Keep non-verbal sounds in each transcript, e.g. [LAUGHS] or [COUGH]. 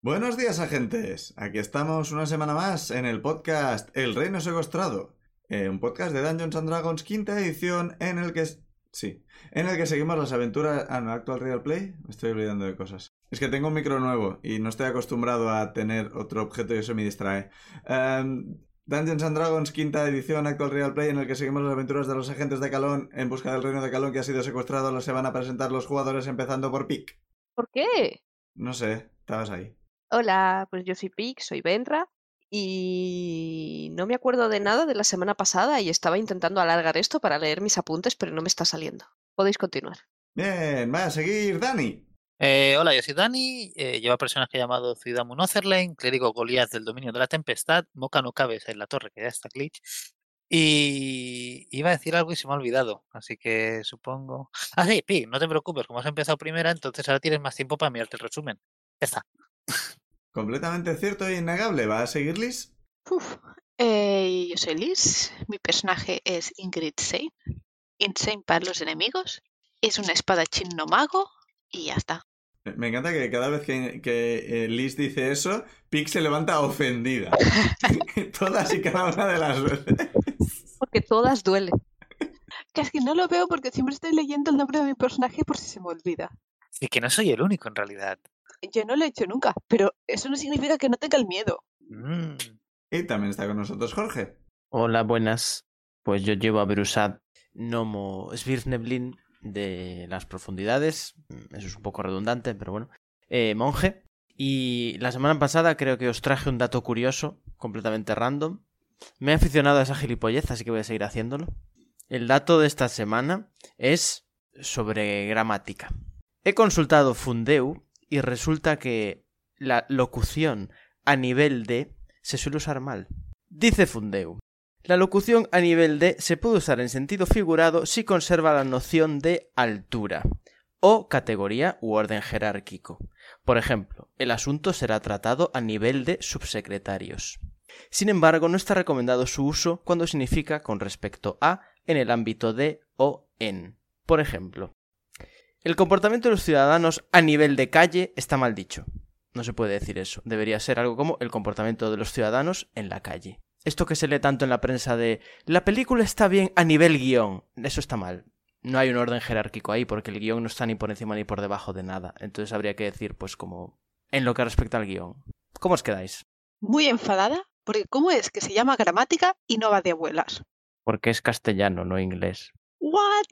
Buenos días, agentes. Aquí estamos una semana más en el podcast El Reino Secuestrado, eh, un podcast de Dungeons and Dragons quinta edición en el que es- sí, en el que seguimos las aventuras ah, no, actual real play. Me estoy olvidando de cosas. Es que tengo un micro nuevo y no estoy acostumbrado a tener otro objeto y eso me distrae. Em, Dungeons and Dragons, quinta edición, actual Real Play, en el que seguimos las aventuras de los agentes de Calón en busca del reino de Calón que ha sido secuestrado. Los se van a presentar los jugadores empezando por Pic. ¿Por qué? No sé, estabas ahí. Hola, pues yo soy Pig, soy Benra y no me acuerdo de nada de la semana pasada y estaba intentando alargar esto para leer mis apuntes, pero no me está saliendo. Podéis continuar. Bien, va a seguir Dani. Eh, hola, yo soy Dani. Eh, llevo a personaje llamado Ciudad Munotherlane, clérigo Goliath del dominio de la tempestad, Moca no cabes en la torre, que ya está glitch. Y iba a decir algo y se me ha olvidado, así que supongo. Ah, sí, Pi, no te preocupes, como has empezado primera, entonces ahora tienes más tiempo para mirarte el resumen. Ya está. Completamente cierto e innegable. ¿Va a seguir Liz? Uf. Eh, yo soy Liz, mi personaje es Ingrid Sane. Insane para los enemigos, es una espadachín no mago y ya está. Eh, Me encanta que cada vez que, que, eh, Liz dice eso, Pic se levanta ofendida. [LAUGHS] Todas y cada una de las veces. Porque todas duelen. Casi no lo veo porque siempre estoy leyendo el nombre de mi personaje por si se me olvida. Y que no soy el único en realidad. Yo no lo he hecho nunca, pero eso no significa que no tenga el miedo. Mm, Y también está con nosotros Jorge. Hola, buenas. Pues yo llevo a Berusad Nomo Svirneblin de las profundidades. Mm, Eso es un poco redundante, pero bueno. Eh, monje. Y la semana pasada creo que os traje un dato curioso, completamente random. Me he aficionado a esa gilipollez, así que voy a seguir haciéndolo. El dato de esta semana es sobre gramática. He consultado Fundeu y resulta que la locución a nivel de se suele usar mal. Dice Fundeu. La locución a nivel de se puede usar en sentido figurado si conserva la noción de altura o categoría u orden jerárquico. Por ejemplo, el asunto será tratado a nivel de subsecretarios. Sin embargo, no está recomendado su uso cuando significa con respecto a, en el ámbito de o en. Por ejemplo, el comportamiento de los ciudadanos a nivel de calle está mal dicho. No se puede decir eso. Debería ser algo como el comportamiento de los ciudadanos en la calle. Esto que se lee tanto en la prensa de la película está bien a nivel guión. Eso está mal. No hay un orden jerárquico ahí porque el guión no está ni por encima ni por debajo de nada. Entonces habría que decir pues como en lo que respecta al guión. ¿Cómo os quedáis? Muy enfadada porque cómo es que se llama gramática y no va de abuelas. Porque es castellano, no inglés. What?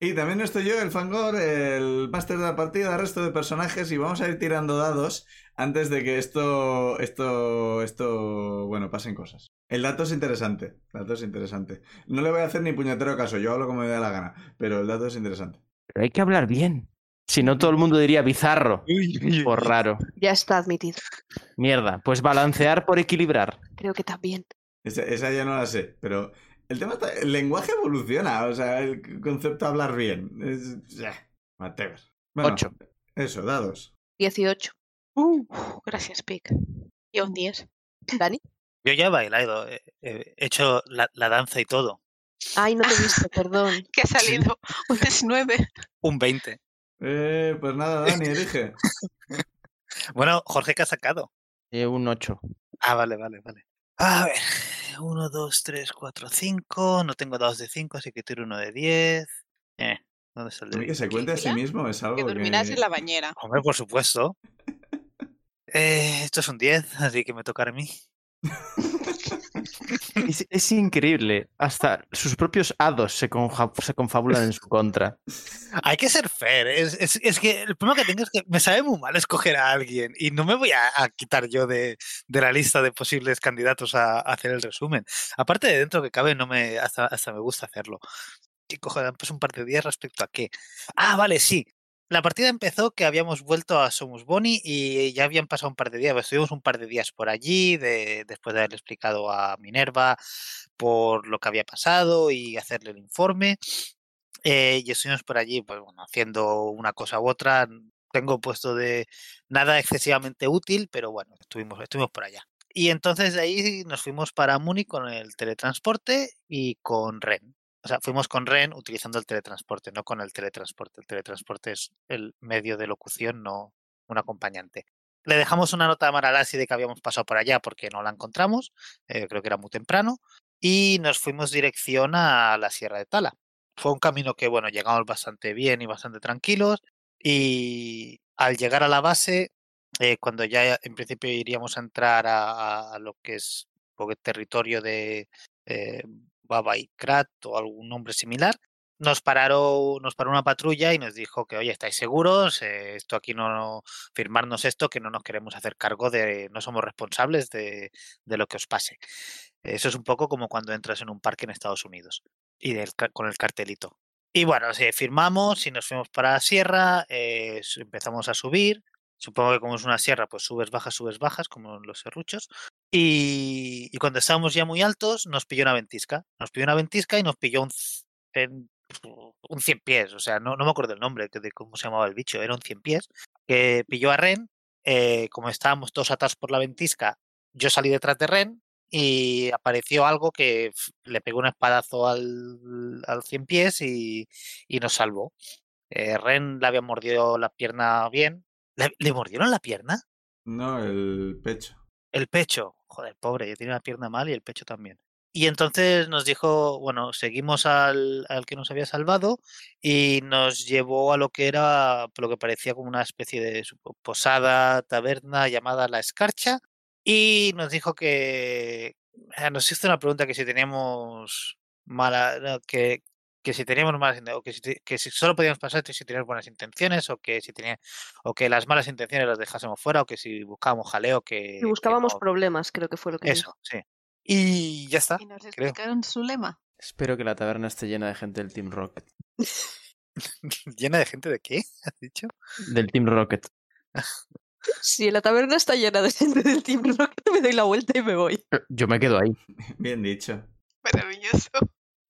Y también estoy yo, el Fangor, el máster de la partida, el resto de personajes, y vamos a ir tirando dados antes de que esto, esto, esto, bueno, pasen cosas. El dato es interesante, el dato es interesante. No le voy a hacer ni puñetero caso, yo hablo como me da la gana, pero el dato es interesante. Pero hay que hablar bien. Si no, todo el mundo diría bizarro o raro. Ya está admitido. Mierda, pues balancear por equilibrar. Creo que también. Esa, esa ya no la sé, pero el tema está, el lenguaje evoluciona, o sea, el concepto de hablar bien. Es, ya, whatever. Bueno, Ocho. Eso, dados. 18. Uh, gracias, Pig. Y un 10. ¿Dani? Yo ya he bailado, eh, eh, he hecho la, la danza y todo. Ay, no te he visto, [LAUGHS] perdón. Que ha salido un 19. Un 20. Eh, pues [LAUGHS] nada, Dani, elige. Bueno, Jorge, ¿qué ha sacado? Eh, un 8. Ah, vale, vale, vale. A ver, 1, 2, 3, 4, 5. No tengo dados de 5, así que tiro uno de 10. Eh, ¿dónde está el de Que 10? se cuente a sí ¿Ya? mismo es algo Que dormirás en la bañera. Hombre, por supuesto. Eh, esto es un 10, así que me toca a mí. Es, es increíble. Hasta sus propios hados se, conja- se confabulan en su contra. Hay que ser fair. Es, es- es que el problema que tengo es que me sabe muy mal escoger a alguien y no me voy a, a quitar yo de, de la lista de posibles candidatos a, a hacer el resumen. Aparte de dentro que cabe, no me hasta, hasta me gusta hacerlo. ¿Qué cojones? Pues un par de días respecto a qué. Ah, vale, sí. La partida empezó que habíamos vuelto a Somos Boni y ya habían pasado un par de días. Pues, Estuvimos un par de días por allí, de- después de haberle explicado a Minerva por lo que había pasado y hacerle el informe. Eh, y estuvimos por allí, pues bueno, haciendo una cosa u otra. n- Tengo puesto de nada excesivamente útil, pero bueno, estuvimos, estuvimos por allá. Y entonces de ahí nos fuimos para Múnich con el teletransporte y con Ren. O sea, fuimos con Ren utilizando el teletransporte, no con el teletransporte. El teletransporte es el medio de locución, no un acompañante. Le dejamos una nota a Maralasi de que habíamos pasado por allá porque no la encontramos, eh, creo que era muy temprano, y nos fuimos dirección a la Sierra de Tala. Fue un camino que, bueno, llegamos bastante bien y bastante tranquilos, y al llegar a la base, eh, cuando ya en principio iríamos a entrar a, a lo que es lo que es territorio de eh, Baba Ikrat o algún nombre similar, nos pararon, nos paró una patrulla y nos dijo que, oye, ¿estáis seguros? Eh, esto aquí no, no- firmarnos esto, que no nos queremos hacer cargo de, no somos responsables de, de lo que os pase. Eso es un poco como cuando entras en un parque en Estados Unidos y del ca- con el cartelito. Y bueno, sí, firmamos y nos fuimos para la sierra, eh, su- empezamos a subir. Supongo que como es una sierra, pues subes, bajas, subes, bajas, como en los serruchos. Y, y cuando estábamos ya muy altos, nos pilló una ventisca. Nos pilló una ventisca y nos pilló un, c- en- un 100 pies, o sea, no, no me acuerdo el nombre que- de cómo se llamaba el bicho, era un 100 pies, que pilló a Ren, eh, como estábamos todos atados por la ventisca, yo salí detrás de Ren y apareció algo que f- le pegó un espadazo al, al 100 pies y, y nos salvó. Eh, Ren le había mordido la pierna bien. ¿Le, le mordieron la pierna? No, el pecho. El pecho. Joder, pobre, tiene la pierna mal y el pecho también. Y entonces nos dijo, bueno, seguimos al, al que nos había salvado y nos llevó a lo que era, lo que parecía como una especie de supo- posada, taberna llamada La Escarcha. Y nos dijo que, eh, nos hizo una pregunta que si teníamos mala, no, que, que si teníamos malas, inten- o que si, te- que si solo podíamos pasar si teníamos buenas intenciones o que si tenía, o que las malas intenciones las dejásemos fuera o que si buscábamos jaleo que... Y que buscábamos no- problemas, creo que fue lo que dijo. Eso, sí. Y ya está. Y nos explicaron su lema. Espero que la taberna esté llena de gente del Team Rocket. ¿Llena de gente de qué? [LAUGHS] ¿Has dicho? Del Team Rocket. Si la taberna está llena de gente del Team Rocket, me doy la vuelta y me voy. Yo me quedo ahí. Bien dicho. Maravilloso.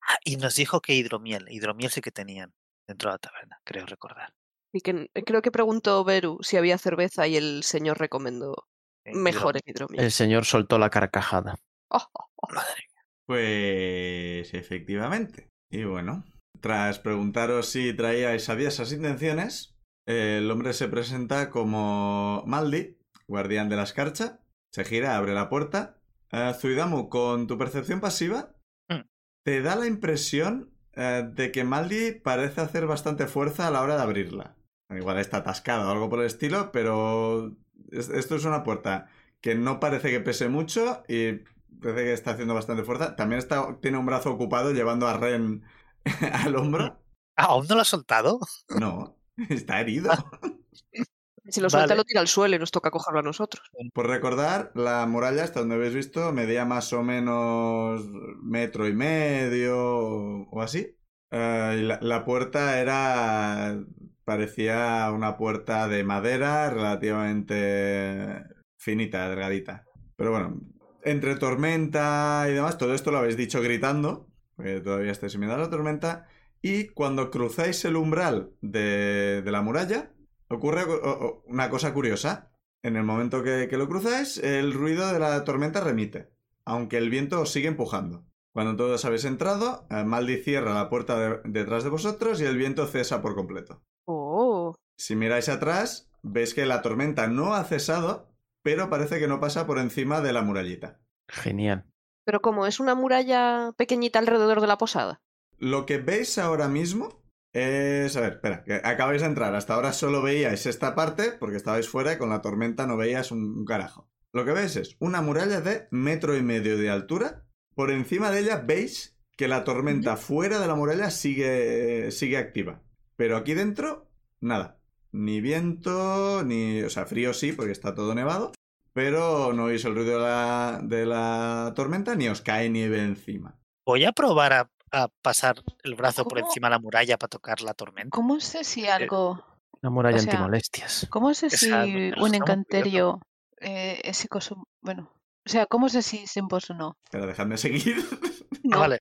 Ah, y nos dijo que hidromiel. Hidromiel sí que tenían dentro de la taberna, creo recordar. Y que n- creo que preguntó Beru si había cerveza y el señor recomendó Eh, mejor hidromiel. el hidromiel. El señor soltó la carcajada. Oh, oh, oh. Madre mía. Pues efectivamente. Y bueno, tras preguntaros si traíais esas intenciones, eh, el hombre se presenta como Maldi, guardián de la escarcha. Se gira, abre la puerta. Eh, Zuidamu, con tu percepción pasiva, Mm. te da la impresión eh, de que Maldi parece hacer bastante fuerza a la hora de abrirla. Igual está atascada o algo por el estilo, pero es- esto es una puerta que no parece que pese mucho y Parece que está haciendo bastante fuerza. También está, tiene un brazo ocupado llevando a Ren [LAUGHS] al hombro. Ah, ¿Aún no lo ha soltado? [LAUGHS] No, está herido. Si lo suelta, Vale. lo tira al suelo y nos toca cogerlo a nosotros. Por recordar, la muralla, hasta donde habéis visto, medía más o menos metro y medio o o así. Eh, y la, la puerta era. parecía una puerta de madera relativamente finita, delgadita. Pero bueno, entre tormenta y demás, todo esto lo habéis dicho gritando, porque todavía estáis en medio de la tormenta. Y cuando cruzáis el umbral de, de la muralla, ocurre o- o- una cosa curiosa. En el momento que, que lo cruzáis, el ruido de la tormenta remite, aunque el viento os sigue empujando. Cuando todos habéis entrado, eh, Maldi cierra la puerta de- detrás de vosotros y el viento cesa por completo. Oh, Si miráis atrás, veis que la tormenta no ha cesado, pero parece que no pasa por encima de la murallita. Genial. pero como es una muralla pequeñita alrededor de la posada. Lo que veis ahora mismo es... A ver, espera, que acabáis de entrar. Hasta ahora solo veíais esta parte porque estabais fuera y con la tormenta no veías un, un carajo. Lo que veis es una muralla de metro y medio de altura. Por encima de ella veis que la tormenta fuera de la muralla sigue, sigue activa. Pero aquí dentro, nada. Ni viento, ni... O sea, frío sí, porque está todo nevado. Pero no oís el ruido de la, de la tormenta ni os cae nieve encima. Voy a probar a, a pasar el brazo por ¿Cómo? encima de la muralla para tocar la tormenta. ¿Cómo sé si Eh, algo, Una muralla O sea, antimolestias. cómo sé si Exacto, nos un estamos encanterio eh, es psicosum- bueno, o sea, cómo sé si es o no? Pero dejadme seguir. [LAUGHS] Ah, No, vale.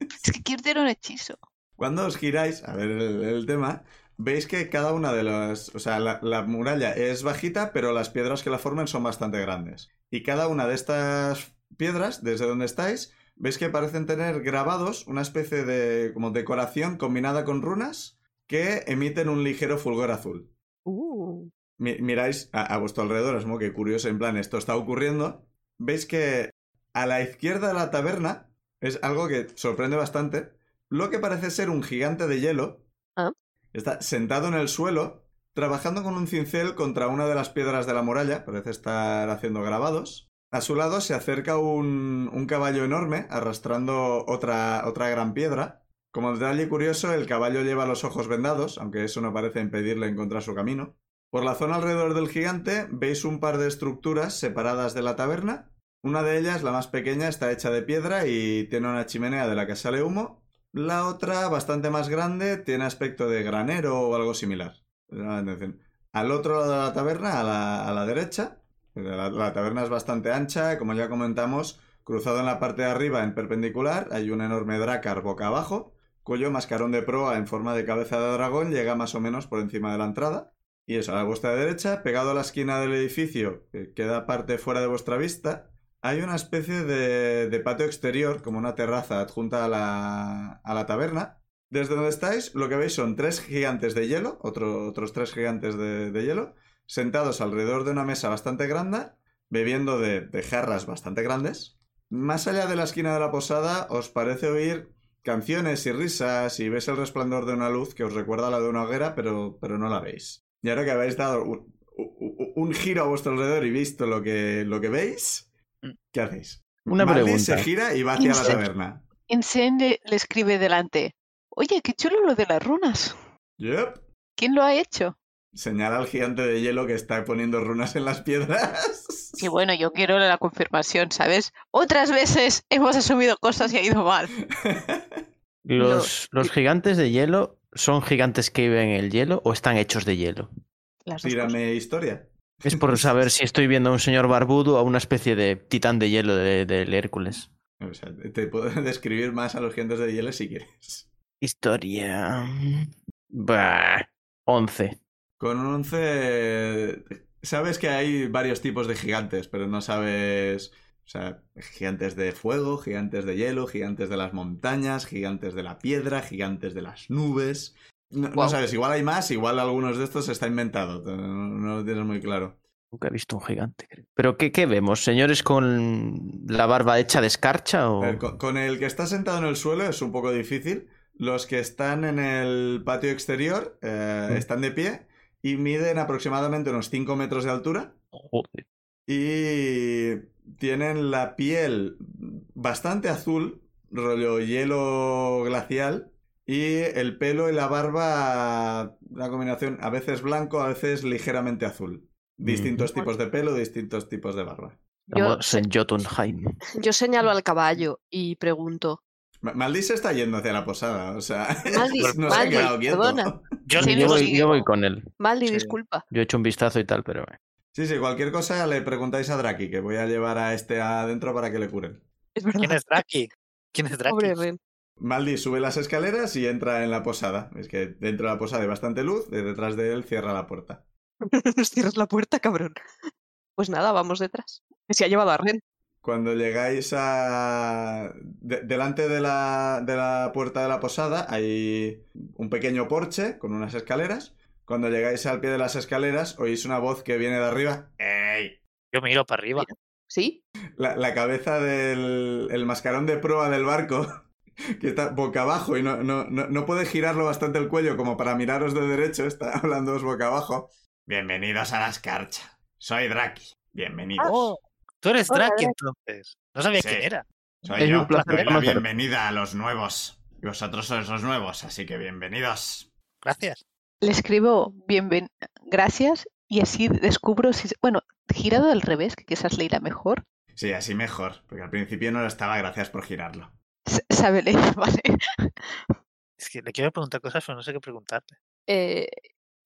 es que quiero tirar un hechizo. Cuando os giráis a ver el, el tema, veis que cada una de las... O sea, la, la muralla es bajita, pero las piedras que la forman son bastante grandes. Y cada una de estas piedras, desde donde estáis, veis que parecen tener grabados una especie de como decoración combinada con runas que emiten un ligero fulgor azul. Uh, mi- miráis a, a vuestro alrededor, es como que curioso, en plan, esto está ocurriendo. Veis que a la izquierda de la taberna es algo que sorprende bastante. Lo que parece ser un gigante de hielo Ah. está sentado en el suelo, trabajando con un cincel contra una de las piedras de la muralla. Parece estar haciendo grabados. A su lado se acerca un, un caballo enorme arrastrando otra, otra gran piedra. Como detalle curioso, el caballo lleva los ojos vendados, aunque eso no parece impedirle encontrar su camino. Por la zona alrededor del gigante veis un par de estructuras separadas de la taberna. Una de ellas, la más pequeña, está hecha de piedra y tiene una chimenea de la que sale humo. La otra, bastante más grande, tiene aspecto de granero o algo similar. Me llama la atención. Al otro lado de la taberna, a la, a la derecha, la, la taberna es bastante ancha, como ya comentamos, cruzado en la parte de arriba en perpendicular, hay un enorme dracar boca abajo, cuyo mascarón de proa en forma de cabeza de dragón llega más o menos por encima de la entrada. Y eso, a la vuestra derecha, pegado a la esquina del edificio, que queda parte fuera de vuestra vista, hay una especie de, de patio exterior, como una terraza adjunta a la, a la taberna. Desde donde estáis, lo que veis son tres gigantes de hielo, otro- otros tres gigantes de, de hielo, sentados alrededor de una mesa bastante grande, bebiendo de, de jarras bastante grandes. Más allá de la esquina de la posada, os parece oír canciones y risas y veis el resplandor de una luz que os recuerda a la de una hoguera, pero, pero no la veis. Y ahora que habéis dado un, un- un giro a vuestro alrededor y visto lo que, lo que veis, ¿qué hacéis? Mm. Una Maldi pregunta. se gira y va hacia la Insecto. taberna. Insane le, le escribe delante. Oye, qué chulo lo de las runas. Yep. ¿Quién lo ha hecho? Señala al gigante de hielo que está poniendo runas en las piedras. Que bueno, yo quiero la confirmación, ¿sabes? Otras veces hemos asumido cosas y ha ido mal. Los, los gigantes de hielo son gigantes que viven en el hielo o están hechos de hielo. Las dos cosas. [LAUGHS] Tírame historia. Es [LAUGHS] por saber si estoy viendo a un señor barbudo o a una especie de titán de hielo de- del Hércules. O sea, te puedo [LAUGHS] describir más a los gigantes de hielo si quieres. Historia. Bah, 11. Con un 11... Sabes que hay varios tipos de gigantes, pero no sabes... O sea, gigantes de fuego, gigantes de hielo, gigantes de las montañas, gigantes de la piedra, gigantes de las nubes. No, no Guau. sabes, igual hay más, igual algunos de estos está inventado. No, no lo tienes muy claro. Nunca he visto un gigante. creo. ¿Pero qué, qué vemos? ¿Señores con la barba hecha de escarcha? O... A ver, con, con el que está sentado en el suelo es un poco difícil. Los que están en el patio exterior eh, Mm. están de pie y miden aproximadamente unos 5 metros de altura. Joder. Y tienen la piel bastante azul, rollo hielo glacial. Y el pelo y la barba, una combinación a veces blanco, a veces ligeramente azul. Distintos tipos de pelo, distintos tipos de barba. Yo, Estamos en [LAUGHS] Jotunheim. yo señalo al caballo y pregunto. Ma- Maldi se está yendo hacia la posada, o sea, [LAUGHS] Maldi, Pues no se ha Maldi, quedado quieto. perdona. Yo, Sí, Yo yo- no voy, sigue. yo voy con él. Maldi, Sí. disculpa. Yo he hecho un vistazo y tal, pero... [LAUGHS] Sí, sí, cualquier cosa le preguntáis a Draki, que voy a llevar a este adentro para que le curen. Es verdad. ¿Quién es Draki? ¿Quién es Draki? [LAUGHS] Pobre Ren. [LAUGHS] Maldi sube las escaleras y entra en la posada. Es que dentro de la posada hay bastante luz, de detrás de él cierra la puerta. Nos cierras la puerta, cabrón. Pues nada, vamos detrás. Que se ha llevado a Ren. Cuando llegáis a... de- delante de la... de la puerta de la posada hay un pequeño porche con unas escaleras. Cuando llegáis al pie de las escaleras oís una voz que viene de arriba. ¡Ey! Yo miro para arriba. ¿Sí? La, la cabeza del el mascarón de proa del barco, [LAUGHS] que está boca abajo y no, no, no, no puede girarlo bastante el cuello como para miraros de derecho, [LAUGHS] está hablándoos boca abajo. Bienvenidos a la escarcha. Soy Draki. Bienvenidos. Oh, tú eres Hola, Draki entonces. No sabía Sí. quién era. Soy es yo. un placer Doy la conoceros. bienvenida a los nuevos. Y vosotros sois los nuevos, así que bienvenidos. Gracias. Le escribo bienven gracias y así descubro si bueno, girado al revés, que quizás le irá mejor. Sí, así mejor, porque al principio no lo estaba, gracias por girarlo. S- Sabe leer, [LAUGHS] ¿vale? Es que le quiero preguntar cosas, pero no sé qué preguntarte. Eh,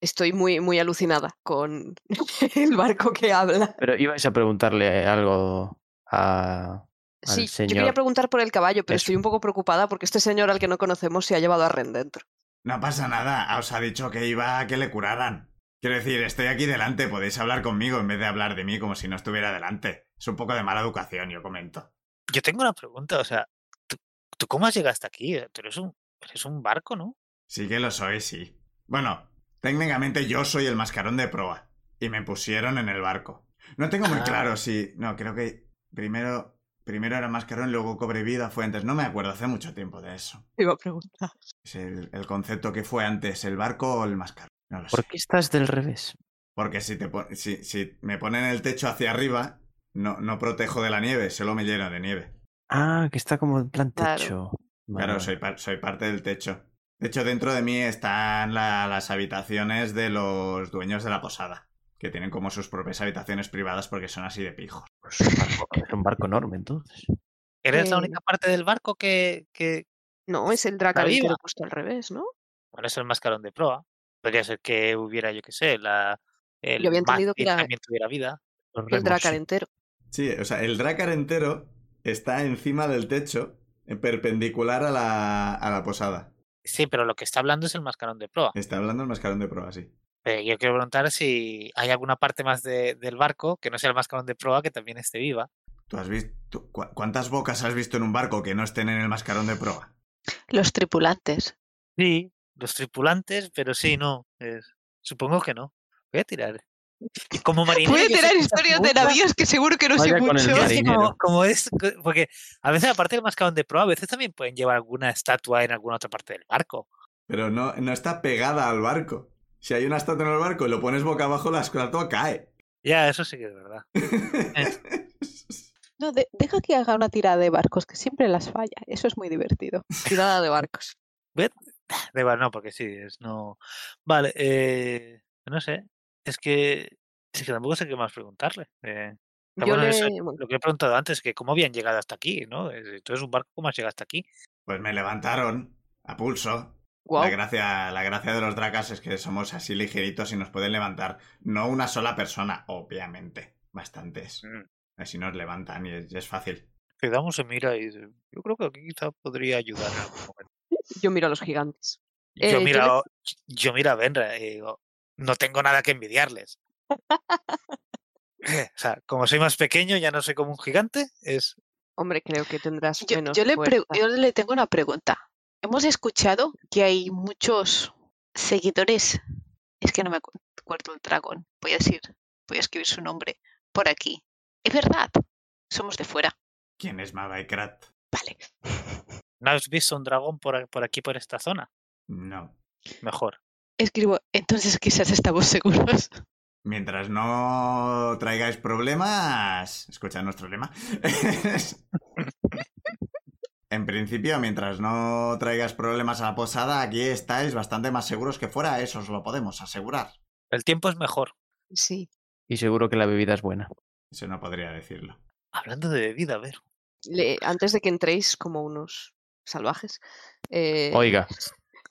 estoy muy, muy alucinada con [LAUGHS] el barco que habla. Pero ibais a preguntarle algo a... Al Sí, yo señor. quería preguntar por el caballo, pero Eso. estoy un poco preocupada porque este señor al que no conocemos se ha llevado a Ren [LAUGHS] dentro. No pasa nada, ah, os ha dicho que iba a que le curaran. Quiero decir, estoy aquí delante, podéis hablar conmigo en vez de hablar de mí como si no estuviera delante. Es un poco de mala educación, yo comento. Yo tengo una pregunta, o sea, ¿tú, tú cómo has llegado hasta aquí? Tú eres un, eres un barco, ¿no? Sí que lo soy, sí. Bueno, técnicamente yo soy el mascarón de proa. y me pusieron en el barco. No tengo muy Ah. claro si... No, creo que primero, primero era Mascarón, luego Cobre Vida, Fuentes. No me acuerdo, hace mucho tiempo de eso. Iba a preguntar. Es el, el concepto que fue antes, el barco o el Mascarón. No lo sé. ¿Por qué estás del revés? Porque si, te pon- si, si me ponen el techo hacia arriba, no, no protejo de la nieve, solo me lleno de nieve. Ah, que está como en plan Claro. techo. Vale, Claro, vale. soy, par- soy parte del techo. De hecho, dentro de mí están la- las habitaciones de los dueños de la posada, que tienen como sus propias habitaciones privadas porque son así de pijos. Pues es un barco- es un barco enorme, entonces. ¿Eres la Eh, única parte del barco que, que... No, es el Dracar el que viva. lo he puesto al revés, ¿no? Bueno, es el mascarón de proa. Podría ser que hubiera, yo qué sé, la... El había entendido que Mazgit era también tuviera vida. Los El remos. Dracar entero. Sí, o sea, el Dracar entero está encima del techo, eh, perpendicular a la, a la posada. Sí, pero lo que está hablando es el mascarón de proa. Está hablando el mascarón de proa, sí. Pero yo quiero preguntar si hay alguna parte más de- del barco que no sea el mascarón de proa que también esté viva. ¿Tú has visto tú- cu- cuántas bocas has visto en un barco que no estén en el mascarón de proa? Los tripulantes. Sí, los tripulantes, pero sí, no. es- supongo que no. Voy a tirar. Y Como marinero. Puede yo sé tener que estas historias de preguntas- navíos que seguro que no sé Vaya con el mucho. [LAUGHS] yo es que [LAUGHS] marinero. como, como es. co- Porque a veces, aparte del mascarón de proa, a veces también pueden llevar alguna estatua en alguna otra parte del barco. Pero no, no está pegada al barco. Si hay una estatua en el barco y lo pones boca abajo, la estatua cae. Ya, eso sí que es verdad. No, de- deja que haga una tirada de barcos, que siempre las falla. Eso es muy divertido. Tirada de barcos. Da igual, no, porque sí, es no. Vale, eh, no sé. Es que. Es que tampoco sé qué más preguntarle. eh. Pero Yo bueno, le... eso- bueno, lo que he preguntado antes, que cómo habían llegado hasta aquí, ¿no? Entonces, un barco, ¿cómo has llegado hasta aquí? Pues me levantaron a pulso. guau. La, gracia, la gracia de los dracas es que somos así ligeritos y nos pueden levantar. No una sola persona, obviamente. Bastantes. Mm. Así nos levantan y es, y es fácil. Quedamos en mira y dice, yo creo que aquí quizá podría ayudar en algún momento. Yo miro a los gigantes. Eh, yo Yo le- miro, yo miro a Benra y digo, no tengo nada que envidiarles. [LAUGHS] o sea, como soy más pequeño, ya no soy como un gigante, es... Hombre, creo que tendrás Yo, menos yo le pre- fuerza. yo le tengo una pregunta. Hemos escuchado que hay muchos seguidores. Es que no me acu- acuerdo el dragón. Voy a decir, voy a escribir su nombre por aquí. Es verdad. Somos de fuera. ¿Quién es Mavaikrat? Vale. ¿No has visto un dragón por, a- por aquí, por esta zona? No. Mejor. Escribo, entonces quizás estamos seguros. [LAUGHS] Mientras no traigáis problemas, escucha nuestro lema. [LAUGHS] en principio, mientras no traigas problemas a la posada, aquí estáis bastante más seguros que fuera, eso os lo podemos asegurar. El tiempo es mejor. Sí. Y seguro que la bebida es buena. Eso no podría decirlo. Hablando de bebida, a ver. Le- Antes de que entréis como unos salvajes. eh, [LAUGHS] Oiga,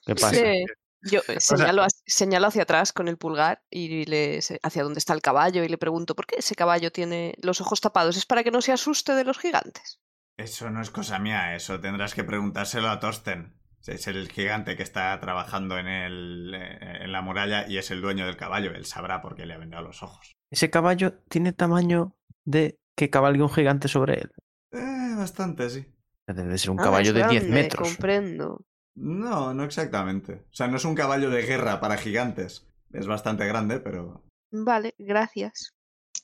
¿qué pasa? Sí. Yo eh, señalo, as- señalo hacia atrás con el pulgar y le, se- hacia dónde está el caballo y le pregunto por qué ese caballo tiene los ojos tapados. ¿Es para que no se asuste de los gigantes? Eso no es cosa mía, eso tendrás que preguntárselo a Thorsten. Es el gigante que está trabajando en, el, eh, en la muralla y es el dueño del caballo. Él sabrá por qué le ha vendado los ojos. Ese caballo tiene tamaño de que cabalgue un gigante sobre él. Eh, bastante, sí. Debe de ser un Ah, caballo es de 10 grande, metros. Comprendo. No, no exactamente. O sea, no es un caballo de guerra para gigantes. Es bastante grande, pero... Vale, gracias.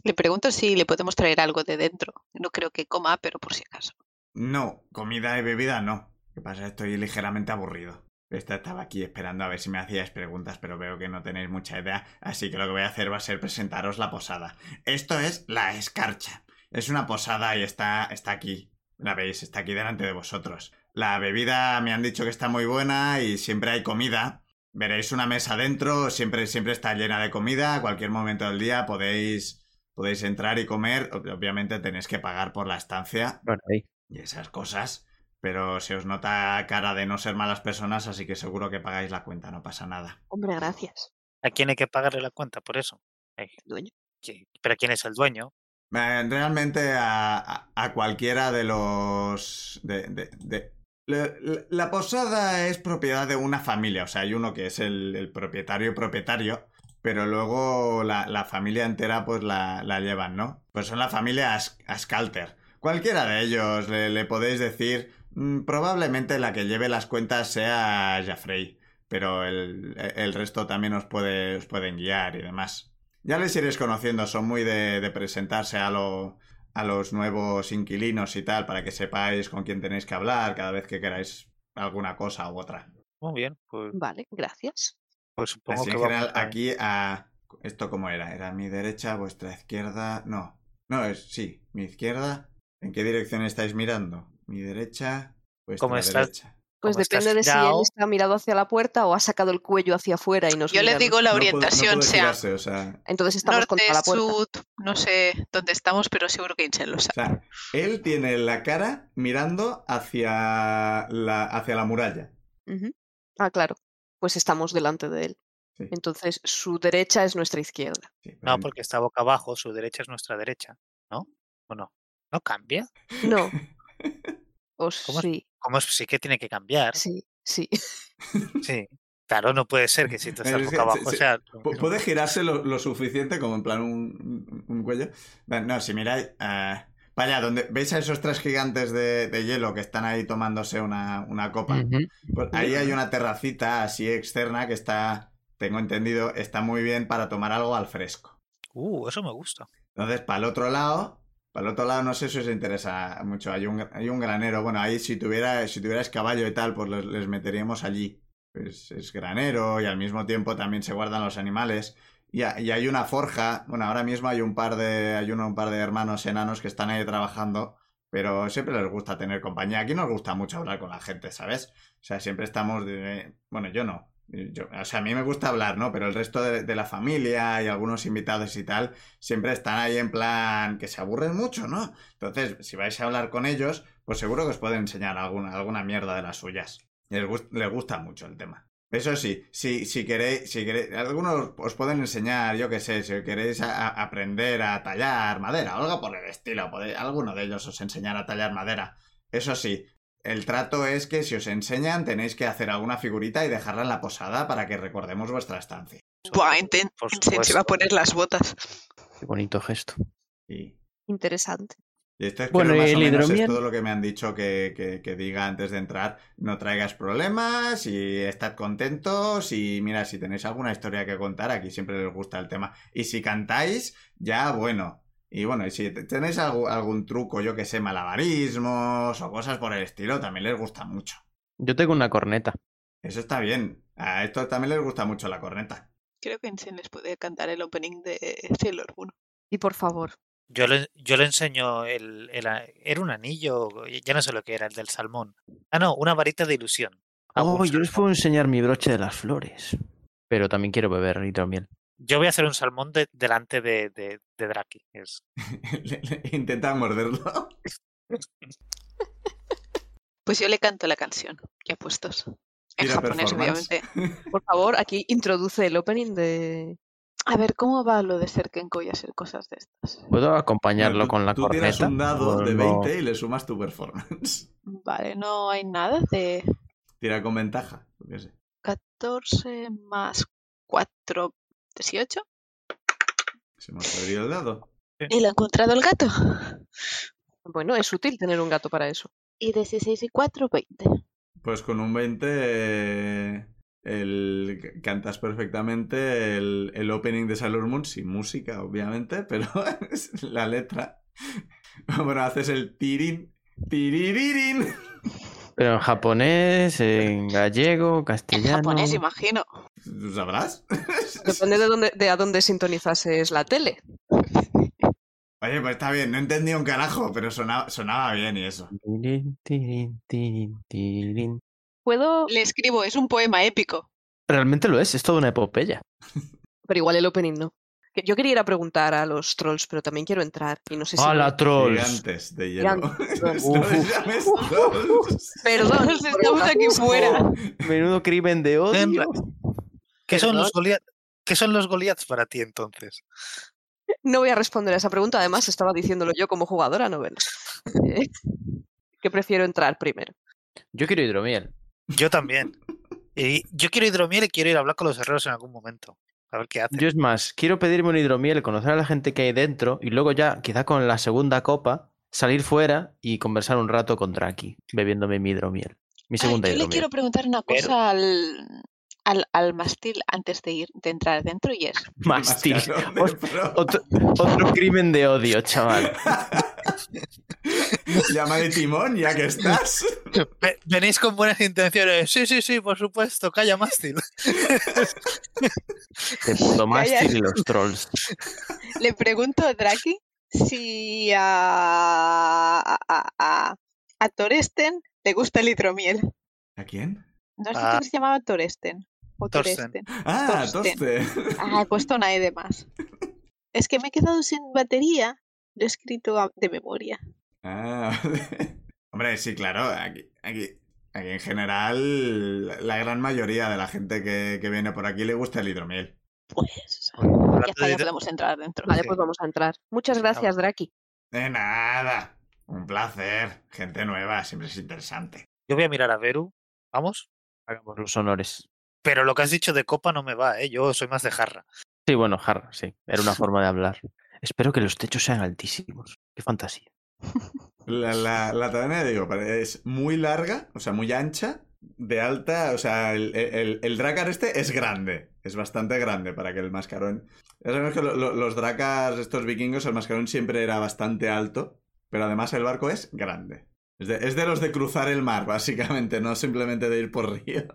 Le pregunto si le podemos traer algo de dentro. No creo que coma, pero por si acaso. No, comida y bebida no. ¿Qué pasa? Estoy ligeramente aburrido. Esta estaba aquí esperando a ver si me hacíais preguntas, pero veo que no tenéis mucha idea, así que lo que voy a hacer va a ser presentaros la posada. Esto es la escarcha. Es una posada y está, está aquí. La veis, está aquí delante de vosotros. La bebida me han dicho que está muy buena y siempre hay comida, Veréis una mesa dentro, siempre, siempre está llena de comida, a cualquier momento del día podéis, podéis entrar y comer. Ob- Obviamente tenéis que pagar por la estancia Bueno, ahí. y esas cosas, pero se os nota cara de no ser malas personas, así que seguro que pagáis la cuenta, no pasa nada. Hombre, gracias. ¿A quién hay que pagarle la cuenta por eso? Eh, Dueño. ¿qui- ¿Pero quién es el dueño? Eh, Realmente a, a- a cualquiera de los... de- de- de- Le- le- La posada es propiedad de una familia, o sea, hay uno que es el, el propietario propietario, pero luego la, la familia entera pues la, la llevan, ¿no? Pues son la familia As- Ascalter. Cualquiera de ellos le, le podéis decir, mm, probablemente la que lleve las cuentas sea Jaffrey, pero el, el resto también os, puede, os pueden guiar y demás. Ya les iréis conociendo, son muy de, de presentarse a, lo- a los nuevos inquilinos y tal, para que sepáis con quién tenéis que hablar cada vez que queráis alguna cosa u otra. Muy bien, pues, Vale, gracias. pues supongo Así que en vamos general, a- aquí a... ¿Esto cómo era? ¿Era mi derecha, vuestra izquierda? No. No, es... Sí, mi izquierda. ¿En qué dirección estáis mirando? Mi derecha, vuestra Como estás- derecha. Pues Como estás depende de si girao- él está mirado hacia la puerta o ha sacado el cuello hacia afuera y nos Yo les miran. digo la No puedo- no orientación, puedo sea girarse, o sea, Entonces estamos norte, contra la puerta. sud, no sé dónde estamos, pero seguro que Inchen lo o sabe. sea, él tiene la cara mirando hacia la, hacia la muralla. Ujú. Ah, claro. Pues estamos delante de él. Sí. Entonces su derecha es nuestra izquierda. Sí, pero No, porque está boca abajo, su derecha es nuestra derecha, ¿no? ¿O no? ¿No cambia? No. O ¿Cómo es? sí, Como es- sí que tiene que cambiar. sí, sí. Sí. Claro, no puede ser que si tú estás Es que boca abajo, se- o sea... Pu- Puede girarse lo, lo suficiente como en plan un, un- un cuello. Bueno, No, si miráis... ah, vaya, donde veis a esos tres gigantes de, de hielo que están ahí tomándose una, una copa. Pues ahí hay una terracita así externa que está, tengo entendido, está muy bien para tomar algo al fresco. Uh, eso me gusta. Entonces, para el otro lado, para el otro lado no sé si os interesa mucho, hay un, hay un granero, bueno, ahí si, tuviera, si tuvierais caballo y tal, pues les, les meteríamos allí. Pues es granero y al mismo tiempo también se guardan los animales. Y, ha- y hay una forja, bueno, ahora mismo hay un par de, hay uno- un par de hermanos enanos que están ahí trabajando, pero siempre les gusta tener compañía. Aquí nos gusta mucho hablar con la gente, ¿sabes? O sea, siempre estamos de... Bueno, yo no. Yo- o sea, a mí me gusta hablar, ¿no? Pero el resto de, de la familia y algunos invitados y tal, siempre están ahí en plan que se aburren mucho, ¿no? Entonces, si vais a hablar con ellos, pues seguro que os pueden enseñar alguna, alguna mierda de las suyas. Les, gust- les gusta mucho el tema. Eso sí, si, si queréis, si queréis, algunos os pueden enseñar, yo qué sé, si queréis a- a- aprender a tallar madera o algo por el estilo, podéis- alguno de ellos os enseñará a tallar madera. Eso sí, el trato es que si os enseñan tenéis que hacer alguna figurita y dejarla en la posada para que recordemos vuestra estancia. Buah, Inchen Por Inchen se va a supuesto. poner las botas. Qué bonito gesto. Y Interesante. Y esto es Bueno, creo, y más o el menos es hidromiel. todo lo que me han dicho que, que- que diga antes de entrar. No traigas problemas y estad contentos y mira, si tenéis alguna historia que contar, aquí siempre les gusta el tema. Y si cantáis, ya bueno. Y bueno, y si te- tenéis algo- algún truco, yo que sé, malabarismos o cosas por el estilo, también les gusta mucho. Yo tengo una corneta. Eso está bien. A esto también les gusta mucho la corneta. [LAUGHS] Creo que Inchen les puede cantar el opening de Sailor Moon. Y por favor, Yo le, yo le enseño el, el a- Era un anillo, ya no sé lo que era, el del salmón. Ah, no, una varita de ilusión. Ah, Oh, un yo les salmón. puedo enseñar mi broche de las flores. Pero también quiero beber hidromiel. Yo voy a hacer un salmón de- delante de, de, de Draki. Es, Le- le- Intenta morderlo. Pues yo le canto la canción, ya puestos. En Tira japonés, performance. obviamente. por favor, aquí introduce el opening de... A ver, ¿cómo va lo de ser Kenko y hacer cosas de estas? ¿Puedo acompañarlo Tú- con la tú corneta? pues tiras un dado ¿O de no? 20 y le sumas tu performance. Vale, no hay nada de Tira con ventaja. yo qué sé. 14 más 4, 18. Se hemos perdido el dado. Y lo ha encontrado el gato. Bueno, es útil tener un gato para eso. Y 16 y 4, 20. Pues con un 20 eh, el, c- cantas perfectamente el, el opening de Sailor Moon, sin música, obviamente, pero [LAUGHS] es la letra. Bueno, haces el tirín, tiriririn. Pero en [LAUGHS] japonés, en gallego, En castellano. japonés, imagino. ¿Tú ¿Sabrás? Depende de, dónde, de a dónde sintonizases la tele. Oye, pues está bien, no entendí un carajo, pero sonaba, sonaba bien y eso. Tirín, tirín, tirín, tirín. Puedo... Le escribo, es un poema épico. Realmente lo es, es toda una epopeya. Pero igual el opening no. Que Yo quería ir a preguntar a los trolls, pero también quiero entrar y no sé si... ¡Hala, trolls! Gigantes de hielo. [LAUGHS] Gigantes. No les llames trolls. Perdón, Nos por estamos el aquí racismo. fuera. Menudo crimen de Ven, odio. ra- ¿Qué son los Goliath? ¿Qué son los Goliaths para ti entonces? No voy a responder a esa pregunta, además estaba diciéndolo yo como jugadora, no veas. Eh, que prefiero entrar primero. Yo quiero hidromiel. Yo también. Y yo quiero hidromiel y quiero ir a hablar con los herreros en algún momento. A ver qué hacen. Yo es más, quiero pedirme un hidromiel, conocer a la gente que hay dentro y luego ya, quizá con la segunda copa, salir fuera y conversar un rato con Draki, bebiéndome mi hidromiel. Mi Ay, segunda yo le [LAUGHS] hidromiel. quiero preguntar una Pero- cosa al, al, al mástil antes de ir de entrar dentro y es Mástil. Mascarón de Ot- pro. Otro, otro crimen de odio, chaval. Llámale timón, ya que estás. Ve- Venís con buenas intenciones. Sí, sí, sí, por supuesto. Calla, mástil. [LAUGHS] Te puto mástil y los trolls. Le pregunto a Draki si a, a, a, a- a Toresten le gusta el hidromiel. ¿A quién? No sé Ah. que se llamaba Toresten. O Torsten. Toresten. Ah, Torsten. Torsten. Ah, he puesto una E de más. Es que me he quedado sin batería. Lo he escrito a- de memoria. Ah, [LAUGHS] vale. Hombre, sí, claro, aquí, aquí, aquí en general la- la gran mayoría de la gente que, que viene por aquí le gusta el hidromiel. Pues ya Hablando está, de ya hidro- podemos entrar dentro. Vale, Sí. pues vamos a entrar. Muchas gracias, Draki. De nada, un placer, gente nueva, siempre es interesante. Yo voy a mirar a Beru. Vamos. Por Hagámoslo. los honores. Pero lo que has dicho de copa no me va, ¿eh? Yo soy más de jarra. Sí, bueno, Har, sí. Era una forma de hablar. Espero que los techos sean altísimos. Qué fantasía. [LAUGHS] La, la, la taberna, ya digo, pare- es muy larga, o sea, muy ancha, de alta, o sea, el, el, el dracar este es grande, es bastante grande para que el mascarón... Ya sabemos que lo- lo- los dracars, estos vikingos, el mascarón siempre era bastante alto, pero además el barco es grande. Es de, es de los de cruzar el mar, básicamente, no simplemente de ir por ríos.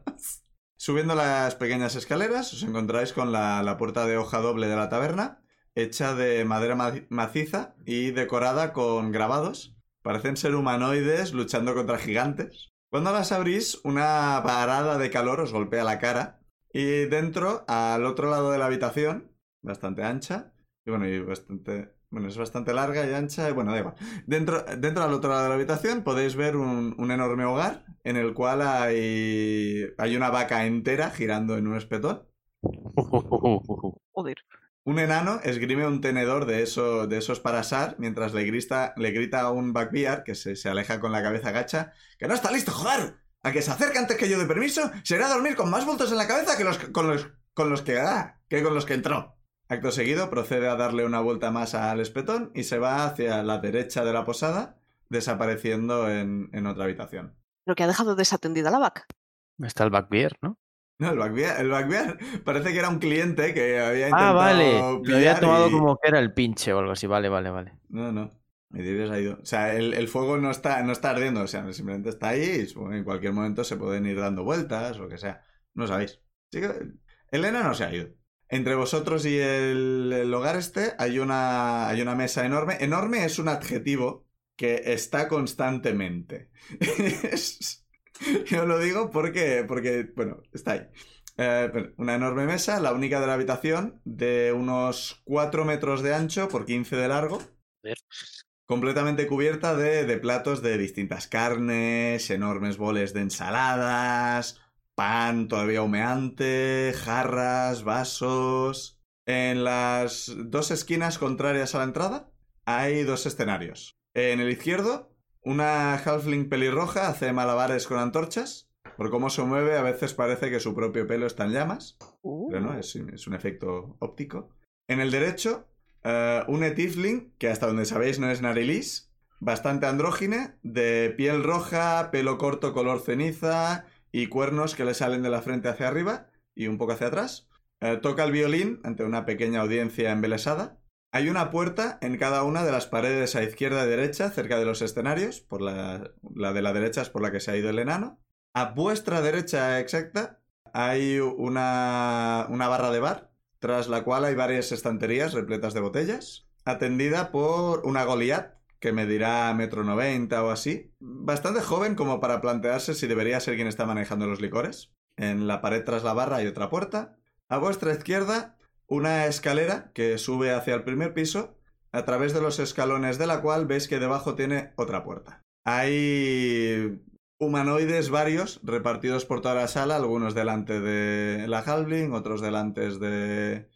Subiendo las pequeñas escaleras, os encontráis con la, la puerta de hoja doble de la taberna, hecha de madera ma- maciza y decorada con grabados. Parecen ser humanoides luchando contra gigantes. Cuando las abrís, una parada de calor os golpea la cara. Y dentro, al otro lado de la habitación, bastante ancha, y bueno, y bastante. Bueno, es bastante larga y ancha, y bueno, da igual. Dentro, dentro al otro lado de la habitación podéis ver un, un enorme hogar en el cual hay, hay una vaca entera girando en un espetón. Joder. Un enano esgrime un tenedor de, eso, de esos para asar mientras le, grita le grita a un backbeard que se, se aleja con la cabeza gacha ¡Que no está listo, joder! A que se acerque antes que yo de permiso, se irá a dormir con más bultos en la cabeza que los, con, los, con los que ah, que con los que entró. Acto seguido procede a darle una vuelta más al espetón y se va hacia la derecha de la posada, desapareciendo en, en otra habitación. Lo que ha dejado desatendida la vaca. Está el backbeer, ¿no? No, el backbeard, el backbeard [LAUGHS] parece que era un cliente que había intentado Ah, vale. Lo había pillar tomado y- como que era el pinche o algo así. Vale, vale, vale. No, no. Me dirías ha ido. O sea, el, el fuego no está, no está ardiendo, o sea, simplemente está ahí y supongo que en cualquier momento se pueden ir dando vueltas o lo que sea. No sabéis. Así que Elena no se ha ido. Entre vosotros y el, el hogar este hay una, hay una mesa enorme. Enorme es un adjetivo que está constantemente. [LAUGHS] Es- Yo lo digo porque, porque bueno, está ahí. Eh, bueno, una enorme mesa, la única de la habitación, de unos 4 metros de ancho por 15 de largo Joder. completamente cubierta de, de platos de distintas carnes, enormes boles de ensaladas, pan todavía humeante, jarras, vasos. En las dos esquinas contrarias a la entrada hay dos escenarios. En el izquierdo, una halfling pelirroja hace malabares con antorchas. Por cómo se mueve, a veces parece que su propio pelo está en llamas. Uh. Pero no, es, es un efecto óptico. En el derecho, eh, un etifling, que hasta donde sabéis no es Narilis, bastante andrógine, de piel roja, pelo corto color ceniza y cuernos que le salen de la frente hacia arriba y un poco hacia atrás. Eh, toca el violín ante una pequeña audiencia embelesada. Hay una puerta en cada una de las paredes a izquierda y derecha, cerca de los escenarios. Por la, la de la derecha es por la que se ha ido el enano. A vuestra derecha exacta hay una, una barra de bar, tras la cual hay varias estanterías repletas de botellas, atendida por una Goliath, que medirá metro noventa o así. Bastante joven como para plantearse si debería ser quien está manejando los licores. En la pared tras la barra hay otra puerta. A vuestra izquierda, una escalera que sube hacia el primer piso, a través de los escalones de la cual veis que debajo tiene otra puerta. Hay humanoides varios repartidos por toda la sala, algunos delante de la Halbling, otros delante de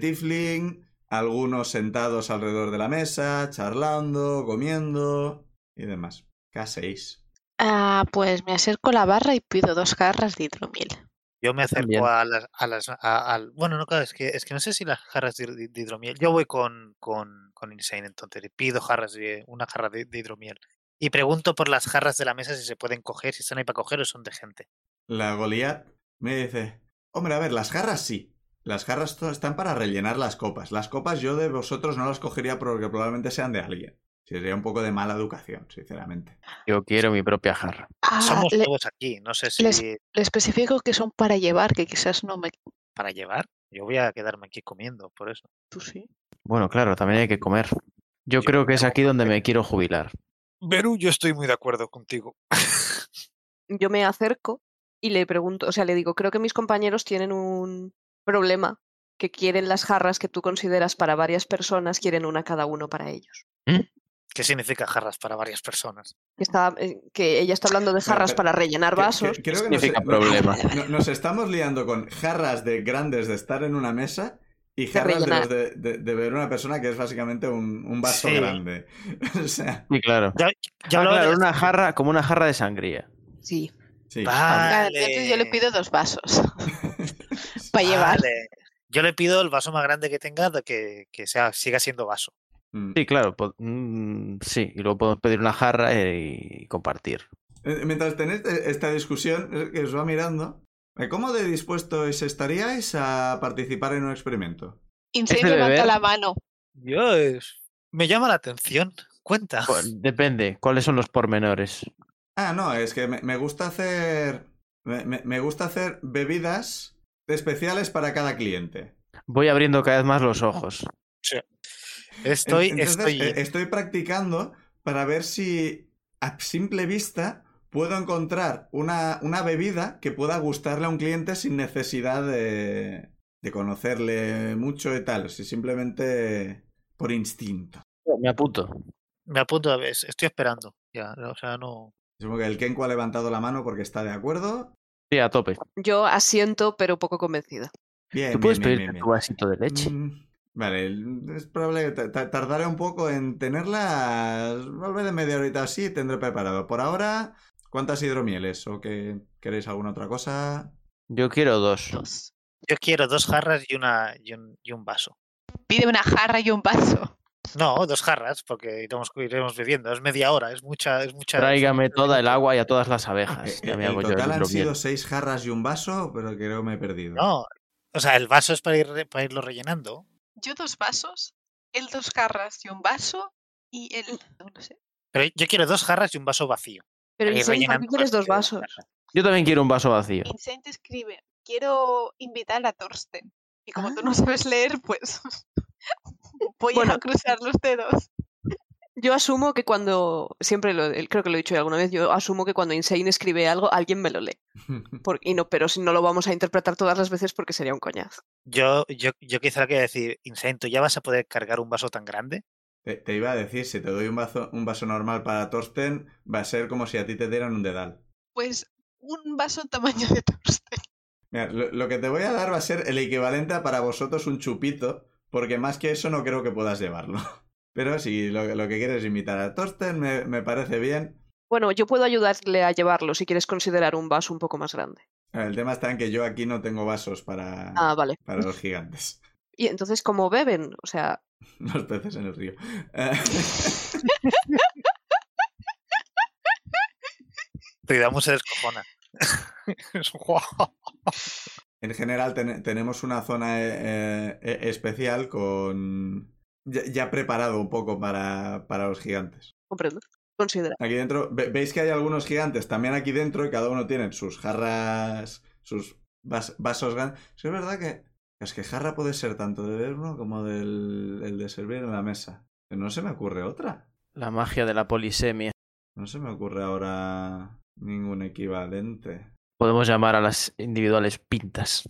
Letifling, algunos sentados alrededor de la mesa, charlando, comiendo y demás. K6. Ah, pues me acerco a la barra y pido dos garras de hidromiel. Yo me También. acerco a las, a las a- al- bueno, no, claro, es que, es que no sé si las jarras de, hid- de hidromiel. Yo voy con, con, con Insane entonces y pido jarras de una jarra de, de hidromiel. Y pregunto por las jarras de la mesa si se pueden coger, si están ahí para coger o son de gente. La Goliath me dice, Hombre, a ver, las jarras sí. Las jarras to- están para rellenar las copas. Las copas yo de vosotros no las cogería porque probablemente sean de alguien. Sería un poco de mala educación, sinceramente. Yo quiero mi propia jarra. Ah, Somos le, todos aquí, no sé si les- le especifico que son para llevar, que quizás no me... para llevar. Yo voy a quedarme aquí comiendo, por eso. Tú sí. Bueno, claro, también hay que comer. Yo Yo creo que es creo aquí donde me quiero jubilar. Beru, yo estoy muy de acuerdo contigo. yo me acerco y le pregunto, o sea, le digo, creo que mis compañeros tienen un problema, que quieren las jarras que tú consideras para varias personas, quieren una cada uno para ellos. ¿Qué significa jarras para varias personas? Que, está, eh, que ella está hablando de Espera, jarras espera. para rellenar Que- que- vasos. creo que nos- Significa no- [LAUGHS] problema. no- nos estamos liando con jarras de grandes de estar en una mesa y jarras de, rellenar. los de, de- de ver una persona que es básicamente un, un vaso Sí. grande. [LAUGHS] o sea, Sí, claro. Yo Ah, hablaba de claro, las- una jarra como una jarra de sangría. Sí. sí. Ah, entonces yo le Vale. pido dos vasos para llevar. Vale. Yo le pido el vaso más grande que tenga de que, que sea, siga siendo vaso. Mm. Sí, claro. po- mm, sí, y luego podemos pedir una jarra eh, y compartir. Eh, Mientras tenéis eh, esta discusión eh, que os va mirando, eh, ¿cómo de dispuestos estaríais a participar en un experimento? Incendio de levanta ver? la mano. Dios. Me llama la atención. Cuenta. Cu- Pues, [LAUGHS] Depende, ¿cuáles son los pormenores? Ah, no, es que me, me gusta hacer. Me, me- me gusta hacer bebidas especiales para cada cliente. Voy abriendo cada vez más los ojos. En- Estoy, entonces, estoy. eh, estoy practicando para ver si a simple vista puedo encontrar una, una bebida que pueda gustarle a un cliente sin necesidad de, de conocerle mucho y tal, si simplemente por instinto. Oh, Me apunto. Me apunto a ver, estoy esperando. Ya, no, o sea, no. Supongo que el Kenko ha levantado la mano porque está de acuerdo. Sí, a tope. Yo asiento, pero poco convencida. Bien, ¿Tú bien, puedes bien, pedirte bien, bien. tu vasito de leche? Mm, Vale, el- es probable que ta- ta- tardaré un poco en tenerlas. Volveré de media horita así y tendré preparado. Por ahora, ¿cuántas hidromieles? ¿O que queréis alguna otra cosa? Yo quiero dos. Dos. Yo quiero dos jarras y una y un, y un vaso. Pide una jarra y un vaso. No, dos jarras, porque iremos, iremos bebiendo. Es media hora, es mucha, es mucha. es Tráigame mucho toda el tiempo. agua y a todas las Eh, abejas. Ya eh, me el hago yo el total han sido hidromiel. seis jarras y un vaso, pero creo que me he perdido. No. O sea, el vaso es para, ir, re- para irlo rellenando. Yo dos vasos, él dos jarras y un vaso y él... No lo sé. Pero yo quiero dos jarras y un vaso vacío. Pero Ahí Incendio, ¿por rellenando qué quieres dos bastante vasos? la jarra. Yo también quiero un vaso vacío. Vincent escribe, quiero invitar a Thorsten. Y como tú Ah. no sabes leer, pues [LAUGHS] voy a Bueno. cruzar los dedos. Yo asumo que cuando, siempre lo, el- creo que lo he dicho ya alguna vez, yo asumo que cuando Insane escribe algo, alguien me lo lee. Por- y no, pero si no lo vamos a interpretar todas las veces porque sería un coñazo. Yo, yo, yo quizá quería decir, Insento, ¿ya vas a poder cargar un vaso tan grande? [LAUGHS] Te, te iba a decir, si te doy un vaso, un vaso normal para Torsten, va a ser como si a ti te dieran un dedal. Pues un vaso tamaño de Thorsten. Mira, lo, lo que te voy a dar va a ser el equivalente a para vosotros un chupito, porque más que eso no creo que puedas llevarlo. [LAUGHS] Pero si lo, lo que quieres es invitar a Torsten, me, me parece bien. Bueno, yo puedo ayudarle a llevarlo si quieres considerar un vaso un poco más grande. El tema está en que yo aquí no tengo vasos para, Mm. Ah, vale. para los gigantes, [LAUGHS] Y entonces, ¿cómo beben? O sea, los peces en el río. Eh, Te damos se descojona. [LAUGHS] Es guau. en general ten- tenemos una zona eh, eh, especial con... Ya, ya preparado un poco para, para los gigantes. comprendo. Considera. Aquí dentro, ve- veis que hay algunos gigantes también aquí dentro y cada uno tiene sus jarras, sus vas- vasos grandes. Sí, es verdad que es que jarra puede ser tanto de ver uno como del el de servir en la mesa. Pero no se me ocurre otra. La magia de la polisemia. No se me ocurre ahora ningún equivalente. [LAUGHS] Podemos llamar a las individuales pintas.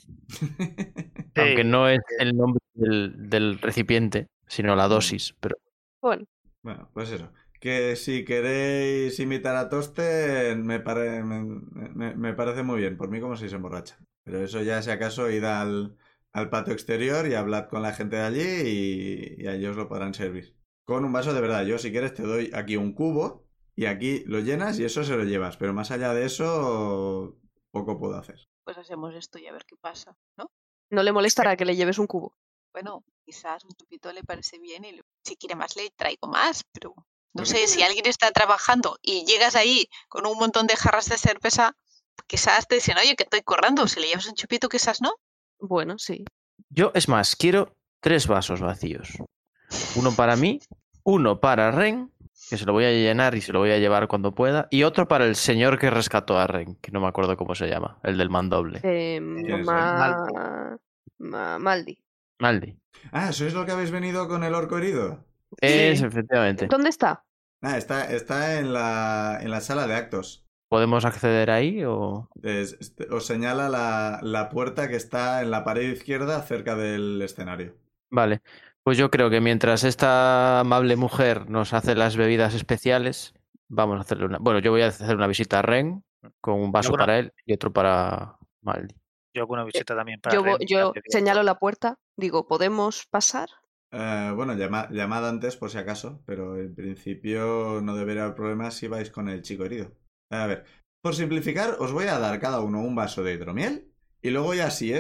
Aunque Sí, no es el nombre del, del recipiente, sino la dosis. Pero Bueno, bueno, pues eso. Que si queréis imitar a Toste, me, pare- me- me- me parece muy bien. Por mí, como si se emborracha. Pero eso ya, si acaso, id al, al patio exterior y hablad con la gente de allí y, y a ellos lo podrán servir. Con un vaso de verdad. Yo, si quieres, te doy aquí un cubo y aquí lo llenas y eso se lo llevas. Pero más allá de eso, poco puedo hacer. [LAUGHS] Pues hacemos esto y a ver qué pasa, ¿no? no le molestará que le lleves un cubo. Bueno, quizás un chupito le parece bien y lo- si quiere más le traigo más, pero no Pues sé, si alguien está trabajando y llegas ahí con un montón de jarras de cerveza, Quizás te dicen, oye, que estoy corrando, si le llevas un chupito, quizás no. [LAUGHS] Bueno, sí. Yo, es más, quiero tres vasos vacíos. Uno para mí, uno para Ren, que se lo voy a llenar y se lo voy a llevar cuando pueda, y otro para el señor que rescató a Ren, que no me acuerdo cómo se llama, el del mandoble. Eh, ¿Quieres ma- ma- Maldi. Maldi. Ah, ¿sois lo que habéis venido con el orco herido? Es, efectivamente. ¿Dónde está? Ah, está, está en, la, en la sala de actos. ¿Podemos acceder ahí o...? Es- este- os señala la, la puerta que está en la pared izquierda cerca del escenario. Vale. Pues yo creo que mientras esta amable mujer nos hace las bebidas especiales, vamos a hacerle una... Bueno, yo voy a hacer una visita a Ren con un vaso Yo creo- para él y otro para Maldi. Yo hago una visita también para Eh, Yo, Ren, vo- que yo hace bien. señalo la puerta, digo, ¿podemos pasar? Eh, bueno, llama- llamad antes por si acaso, pero en principio no debería haber problemas si vais con el chico herido. A ver, por simplificar, os voy a dar cada uno un vaso de hidromiel y luego ya si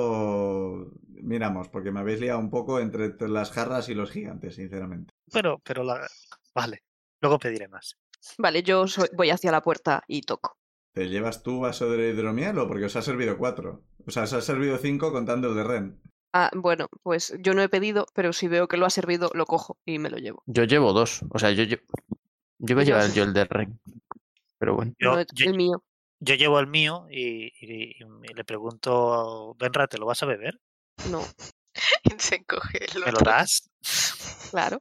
eso... Miramos, porque me habéis liado un poco entre t- las jarras y los gigantes, sinceramente. Pero, pero la... Vale, luego pediré más. Vale, yo soy- voy hacia la puerta y toco. ¿Te llevas tu vaso de hidromiel o porque os ha servido cuatro? O sea, os ha servido cinco contando el de Ren. Ah, bueno, pues yo no he pedido, pero si veo que lo ha servido, lo cojo y me lo llevo. Yo llevo dos. O sea, yo, lle- yo voy a Yo- llevar yo el de Ren. Pero bueno. Yo, No, yo- el mío. yo llevo el mío y, y- y le pregunto, Benra, ¿te lo vas a beber? No, Se encoge el ¿Me lo otro. das? claro.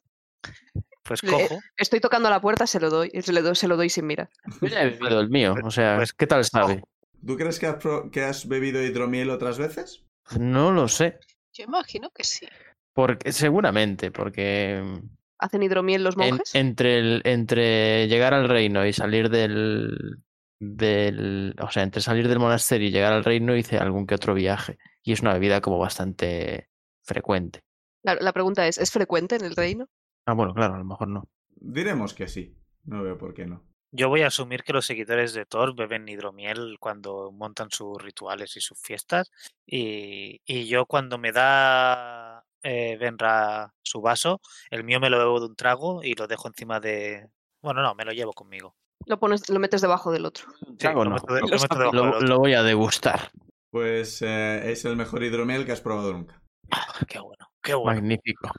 Pues Le- cojo. Estoy tocando la puerta, se lo doy, se lo doy, se lo doy sin mirar. Yo ya he bebido el mío. O sea, Pues- ¿qué tal sabe? ¿Tú crees que has, pro- que has bebido hidromiel otras veces? No lo sé. Yo imagino que sí. Porque, seguramente, porque mm, ¿Hacen hidromiel los en- monjes? entre, el- entre llegar al reino y salir del, del... O sea, entre salir del monasterio y llegar al reino hice algún que otro viaje. Y es una bebida como bastante frecuente. Claro, la pregunta es, ¿es frecuente en el reino? Ah, bueno, claro, a lo mejor no. Diremos que sí. No veo por qué no. Yo voy a asumir que los seguidores de Thor beben hidromiel cuando montan sus rituales y sus fiestas. Y, y yo cuando me da eh, Benra su vaso, el mío me lo bebo de un trago y lo dejo encima de... Bueno, no, me lo llevo conmigo. Lo pones, lo metes debajo del otro. Sí, Trago lo no, meto de- lo- lo meto debajo del Lo, otro. lo voy a degustar. Pues eh, es el mejor hidromiel que has probado nunca. Ah, Qué bueno, qué [LAUGHS] bueno. Magnífico.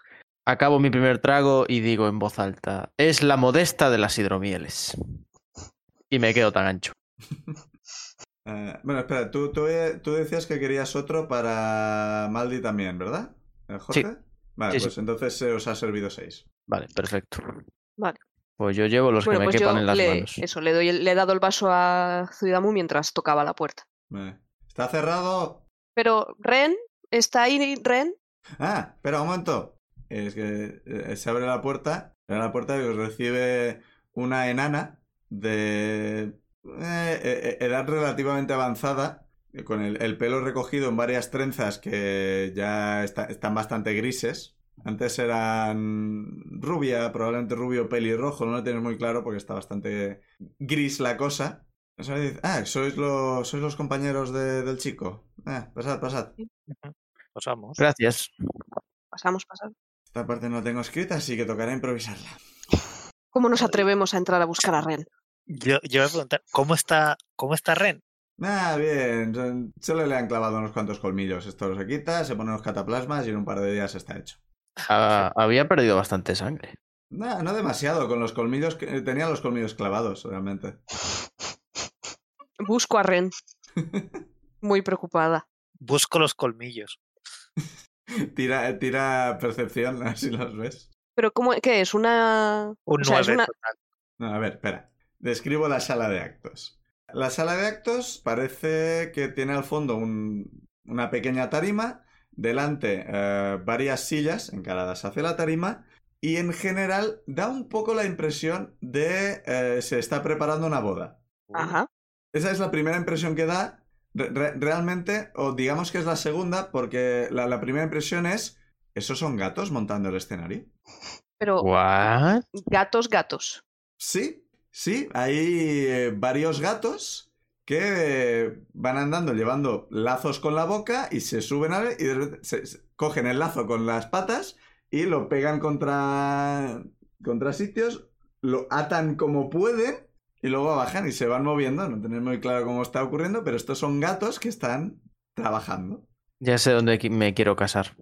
Acabo mi primer trago y digo en voz alta, es la modesta de las hidromieles. Y me quedo tan ancho. Eh, bueno, espera, tú, tú, eh, tú decías que querías otro para Maldi también, ¿verdad? ¿Eh, Jorge? Sí. Vale, Sí, sí. pues entonces eh, os ha servido seis. Vale, perfecto. Vale. Pues yo llevo los bueno, que me pues yo quepan en las le, manos. eso, le, doy el- le he dado el vaso a Zuidamu mientras tocaba la puerta. Vale. ¿Está cerrado? Pero, ¿Ren? ¿Está ahí Ren? Ah, espera un momento. Es que eh, se abre la puerta, se abre la puerta y os recibe una enana de eh, eh, edad relativamente avanzada, eh, con el, el pelo recogido en varias trenzas que ya está- están bastante grises. Antes eran rubia, probablemente rubio pelirrojo, no lo tienes muy claro porque está bastante gris la cosa. Eso le dice, ah, sois los, sois los compañeros de- del chico. Ah, pasad, pasad. Pues vamos. Gracias. Pasamos, pasamos. Esta parte no la tengo escrita, así que tocará improvisarla. ¿Cómo nos atrevemos a entrar a buscar a Ren? Yo, yo voy a preguntar, ¿cómo está, cómo está Ren? Ah, bien. son- Solo le han clavado unos cuantos colmillos. Esto lo se quita, se pone unos cataplasmas y en un par de días está hecho. Ah, había perdido bastante sangre. No, no demasiado, con los colmillos que tenía los colmillos clavados, realmente. [LAUGHS] Busco a [LAUGHS] Ren. Muy preocupada. Busco los colmillos. Tira, tira percepción, [LAUGHS] a ver si los ves. ¿Pero cómo, e, qué es? ¿Una...? Un O sea, es 9 una- total. No, a ver, espera. Describo la sala de actos. La sala de actos parece que tiene al fondo un- una pequeña tarima, delante eh, varias sillas encaradas hacia la tarima y en general da un poco la impresión de eh, se está preparando una boda. Ajá. Esa es la primera impresión que da. Re- re- realmente, o digamos que es la segunda, porque la, la primera impresión es, ¿esos son gatos montando el escenario? Oh. Pero What? gatos, gatos. Sí, sí, hay eh, varios gatos que eh, van andando llevando lazos con la boca y se suben a y de repente se- se- cogen el lazo con las patas y lo pegan contra, contra sitios, lo atan como pueden y y luego bajan y se van moviendo. No tenéis muy claro cómo está ocurriendo, pero estos son gatos que están trabajando. Ya sé dónde qui- me quiero casar.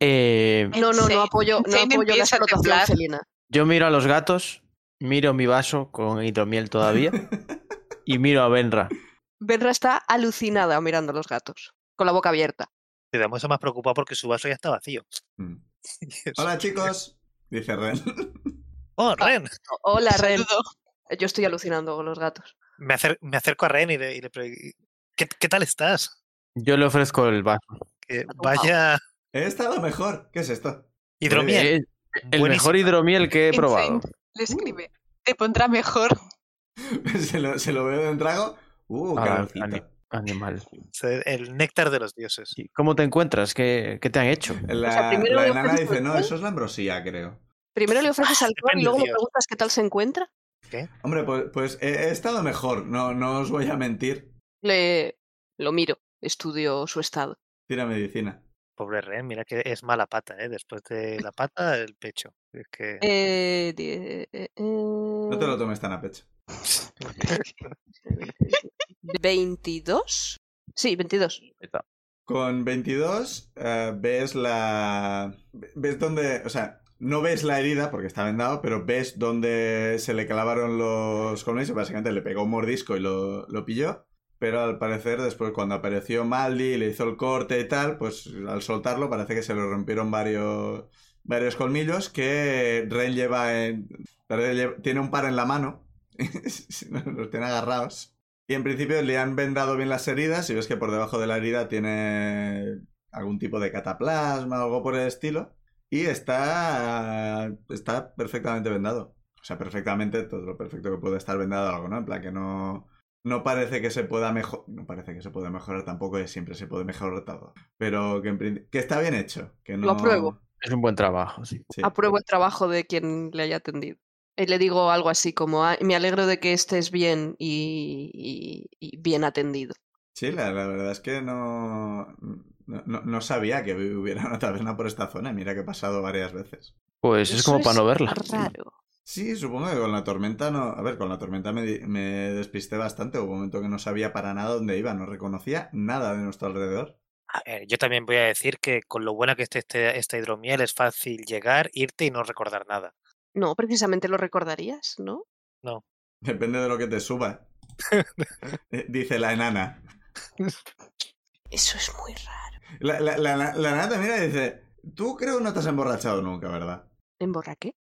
Eh, [LAUGHS] No, no, Sí. no apoyo, no Sí, me apoyo la empieza a explotación temblar. felina. yo miro a los gatos, miro mi vaso con hidromiel todavía y miro a Benra. Benra está alucinada mirando a los gatos, con la boca abierta. Cuidado, eso más preocupado porque su vaso ya está vacío. [LAUGHS] Mm. Y eso- Hola chicos, dice Ren. [LAUGHS] Oh, ah. Ren. O- Hola, Ren. Saludo. Yo estoy alucinando con los gatos. Me, acer- me acerco a Ren y le, y le pre- ¿Qué, qué tal estás? Yo le ofrezco el vaso. Que tomado. vaya He estado mejor. ¿Qué es esto? [LAUGHS] hidromiel. Eh, el buenísimo. mejor hidromiel que he Insane. probado. Uh. Le escribe. Te pondrá mejor. se, lo, se lo veo de un trago. Uh, Ah, calorcito. ani- Animal. Se- El néctar de los dioses. ¿Y ¿Cómo te encuentras? ¿Qué, qué te han hecho? La, O sea, primero la le enana ofrezco dice, el no, pan". eso es la ambrosía, creo. Primero le [LAUGHS] ofreces Ah, alcohol y depende, luego le tío. preguntas qué tal se encuentra. Hombre, pues, pues he, he estado mejor, no, no os voy a mentir. Le lo miro, estudio su estado. Tira medicina. Pobre Ren, mira que es mala pata, ¿eh? Después de la pata, el pecho. Es que... Eh, die- eh, No te lo tomes tan a pecho. ¿22? eh, Sí, 22. Con 22 eh, ves la... Ves dónde... O sea, no ves la herida porque está vendado, pero ves dónde se le clavaron los colmillos. Básicamente le pegó un mordisco y lo, lo pilló. Pero al parecer después cuando apareció Maldi y le hizo el corte y tal, pues al soltarlo parece que se le rompieron varios, varios colmillos que Ren lleva en... Ren lle- Tiene un par en la mano. [LAUGHS] los tiene agarrados. Y en principio le han vendado bien las heridas y ves que por debajo de la herida tiene algún tipo de cataplasma o algo por el estilo. Y está, está perfectamente vendado. O sea, perfectamente, todo lo perfecto que puede estar vendado algo, ¿no? En plan que no, no parece que se pueda mejorar. No parece que se pueda mejorar tampoco, eh, siempre se puede mejorar todo. Pero que, en prin- que está bien hecho. Que no... Lo apruebo. Es un buen trabajo, sí. Sí. Apruebo el trabajo de quien le haya atendido. Y le digo algo así como, "Ah, me alegro de que estés bien y, y- y bien atendido. Sí, la, la verdad es que no, no, no- no sabía que hubiera una taberna por esta zona. y Mira que he pasado varias veces. Pues es Eso como para no verla. Raro. Sí, supongo que con la tormenta no. A ver, con la tormenta me, di- me despisté bastante. Hubo un momento que no sabía para nada dónde iba, no reconocía nada de nuestro alrededor. A ver, yo también voy a decir que con lo buena que esté este, esta hidromiel es fácil llegar, irte y no recordar nada. No, precisamente lo recordarías, ¿no? Depende de lo que te suba. Eh, Dice la enana. Eso es muy raro. La, la- la- la- la enana te mira y dice: Tú creo que no te has emborrachado nunca, ¿verdad? ¿Emborraqué?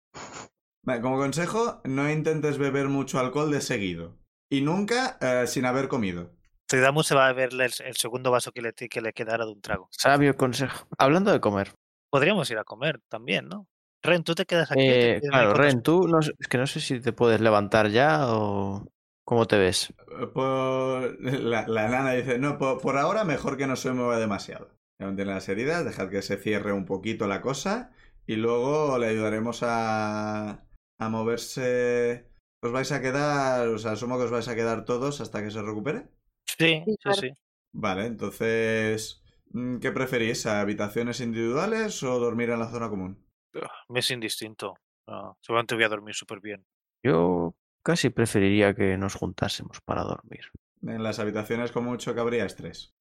Vale, Como consejo, no intentes beber mucho alcohol de seguido. Y nunca eh, sin haber comido. Zuidamu se va a ver el, el segundo vaso que le, te- que le quedara de un trago. Sabio consejo. Hablando de comer. Podríamos ir a comer también, ¿no? Ren, tú te quedas aquí. te Eh, quedas ahí claro, con los- Ren, tú no, sé- es que no sé si te puedes levantar ya o cómo te ves. Eh, Por... La, la enana dice: No, por, por ahora mejor que no se mueva demasiado. Ya no tiene las heridas, dejad que se cierre un poquito la cosa y luego le ayudaremos a, a moverse. Os vais a quedar, o sea, asumo que os vais a quedar todos hasta que se recupere. Sí, Sí, sí, claro. sí. Vale, entonces, mm, ¿qué preferís? ¿A ¿Habitaciones individuales o dormir en la zona común? Me es indistinto. Ah, seguramente voy a dormir súper bien. Yo casi preferiría que nos juntásemos para dormir. En las habitaciones con mucho cabríais tres.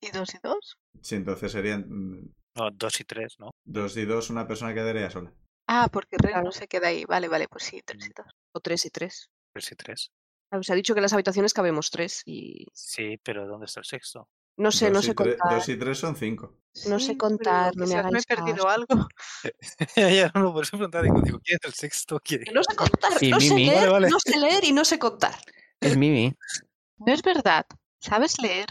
Y dos y dos. Sí, entonces serían mm, No, dos y tres, ¿no? dos y dos, una persona quedaría sola. Ah, porque Ren Claro. no se queda ahí. Vale, vale, pues sí, tres y dos. O tres y tres. Tres y tres. Ah, Se ha dicho que en las habitaciones cabemos tres y Sí, pero ¿dónde está el sexto? [LAUGHS] no sé, no Dos y sé tre- [LAUGHS] contar. Dos y tres son cinco. No sé contar, no me quizás hagáis he perdido caso. algo. ya no, por eso preguntaba, digo, digo, ¿quién es el sexto? ¿Quién? Que No sé contar, Y no sé Mimi. leer, Vale, vale. no sé leer y no sé contar. [LAUGHS] Es Mimi. No es verdad. ¿Sabes leer?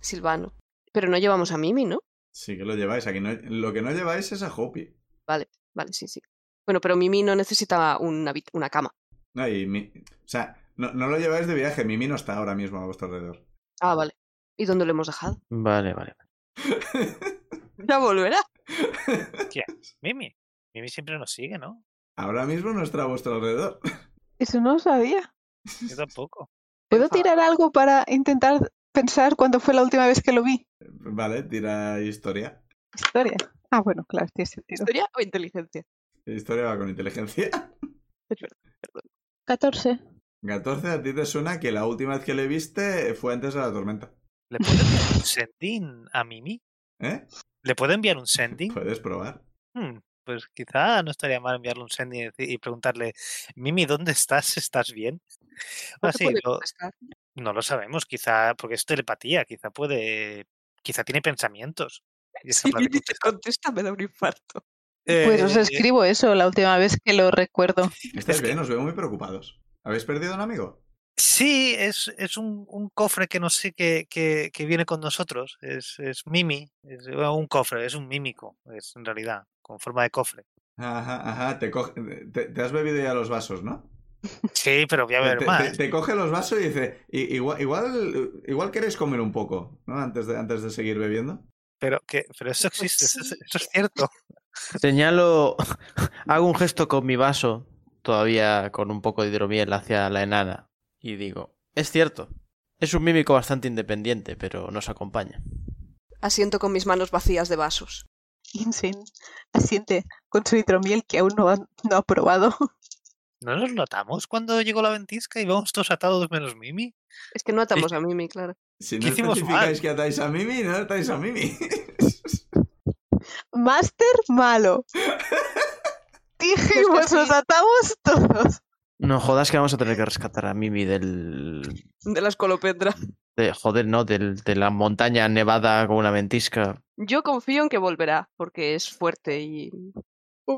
Silvano. Pero no llevamos a Mimi, ¿no? Sí que lo lleváis. Aquí no- lo que no lleváis es a Hopi. Vale, sí, sí. Bueno, pero Mimi no necesitaba una, habit- una cama. No, y mi- O sea, no, no lo lleváis de viaje. Mimi no está ahora mismo a vuestro alrededor. [LAUGHS] Ah, vale. ¿Y dónde lo hemos dejado? [LAUGHS] Vale, vale. Ya volverá. [LAUGHS] Mimi. Mimi siempre nos sigue, ¿no? ahora mismo no está a vuestro alrededor. [LAUGHS] Eso no lo sabía. [LAUGHS] Yo tampoco. ¿Puedo tirar algo para intentar pensar cuándo fue la última vez que lo vi? Vale, tira historia. Historia. Ah, bueno, claro, tiene sentido. ¿Historia o inteligencia? [LAUGHS] Historia va con inteligencia. 14. 14, a ti te suena que la última vez que le viste fue antes de la tormenta. ¿Le puedo enviar un sending a Mimi? ¿Eh? ¿Le puedo enviar un sending? Puedes probar. Hmm, pues quizá no estaría mal enviarle un sending y deci- y preguntarle, Mimi, ¿dónde estás? ¿Estás bien? No te Así, puede Ah, lo- [LAUGHS] contestar. no lo sabemos, quizá, porque es telepatía, quizá puede, quizá tiene pensamientos. y es Si capaz de [LAUGHS] Mimi te contestar. contesta, me da un infarto. Pues os Eh, escribo eso la última vez que lo recuerdo. Estáis Este bien, os veo muy preocupados. ¿Habéis perdido un amigo? Sí, es, es un, un cofre que no sé que, que, que viene con nosotros. Es, es Mimi. Es bueno, un cofre, es un mímico, es en realidad, con forma de cofre. Ajá, ajá, te, coge- te, te has bebido ya los vasos, ¿no? Sí, pero voy a Te, ver más. te- te coge los vasos y dice, "I- igual, igual, igual queréis comer un poco, ¿no? Antes de, antes de seguir bebiendo. Pero, que, pero eso pues existe, eso, es- eso es cierto. Señalo, [LAUGHS] hago un gesto con mi vaso, todavía con un poco de hidromiel hacia la enana, y digo, es cierto, es un mímico bastante independiente, pero nos acompaña. Asiento con mis manos vacías de vasos. Insane asiente con su hidromiel que aún no ha, no ha probado. [LAUGHS] ¿No nos notamos cuando llegó la ventisca y vamos todos atados menos Mimi? Es que no atamos a Mimi, claro. Si no ¿Qué hicimos especificáis mal? que atáis a Mimi, no atáis a Mimi. [LAUGHS] Máster [LAUGHS] malo. Dijimos, Pues así. nos atamos todos. No jodas que vamos a tener que rescatar a Mimi del... De las colopendras. de- joder, no, del- de la montaña nevada con una ventisca. Yo confío en que volverá, porque es fuerte y.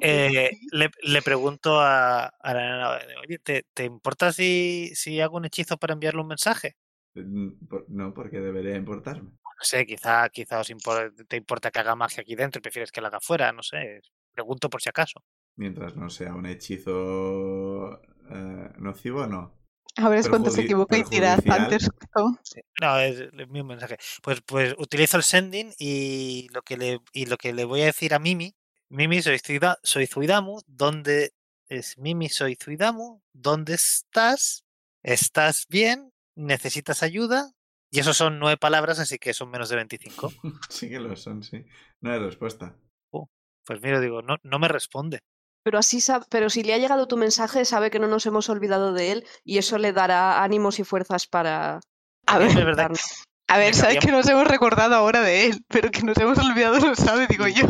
Eh, le, le pregunto a, a la nena, oye, ¿te, te importa si, si hago un hechizo para enviarle un mensaje? Mm, por- No, porque debería importarme. No sé, quizá, quizá os impor- te importa que haga magia aquí dentro y prefieres que la haga fuera, no sé. Pregunto por si acaso. Mientras no sea un hechizo eh, nocivo, no. A ver, es cuando se Perjudi- equivoca y tira perjudicial. Thunderstone. No, es el mismo mensaje. Pues, pues utilizo el sending y lo que le, y lo que le voy a decir a Mimi. Mimi, soy, Zuida- soy Zuidamu. ¿Dónde es Mimi? Soy Zuidamu. ¿Dónde estás? ¿Estás bien? ¿Necesitas ayuda? Y eso son nueve palabras, así que son menos de 25. Sí que lo son, sí. No hay respuesta. Pues mira, digo, no, no me responde. Pero así sab- pero si le ha llegado tu mensaje, sabe que no nos hemos olvidado de él y eso le dará ánimos y fuerzas para. A Es ver, verdad que- darnos. a ver, Venga, sabes bien. que nos hemos recordado ahora de él, pero que nos hemos olvidado lo sabe, digo yo.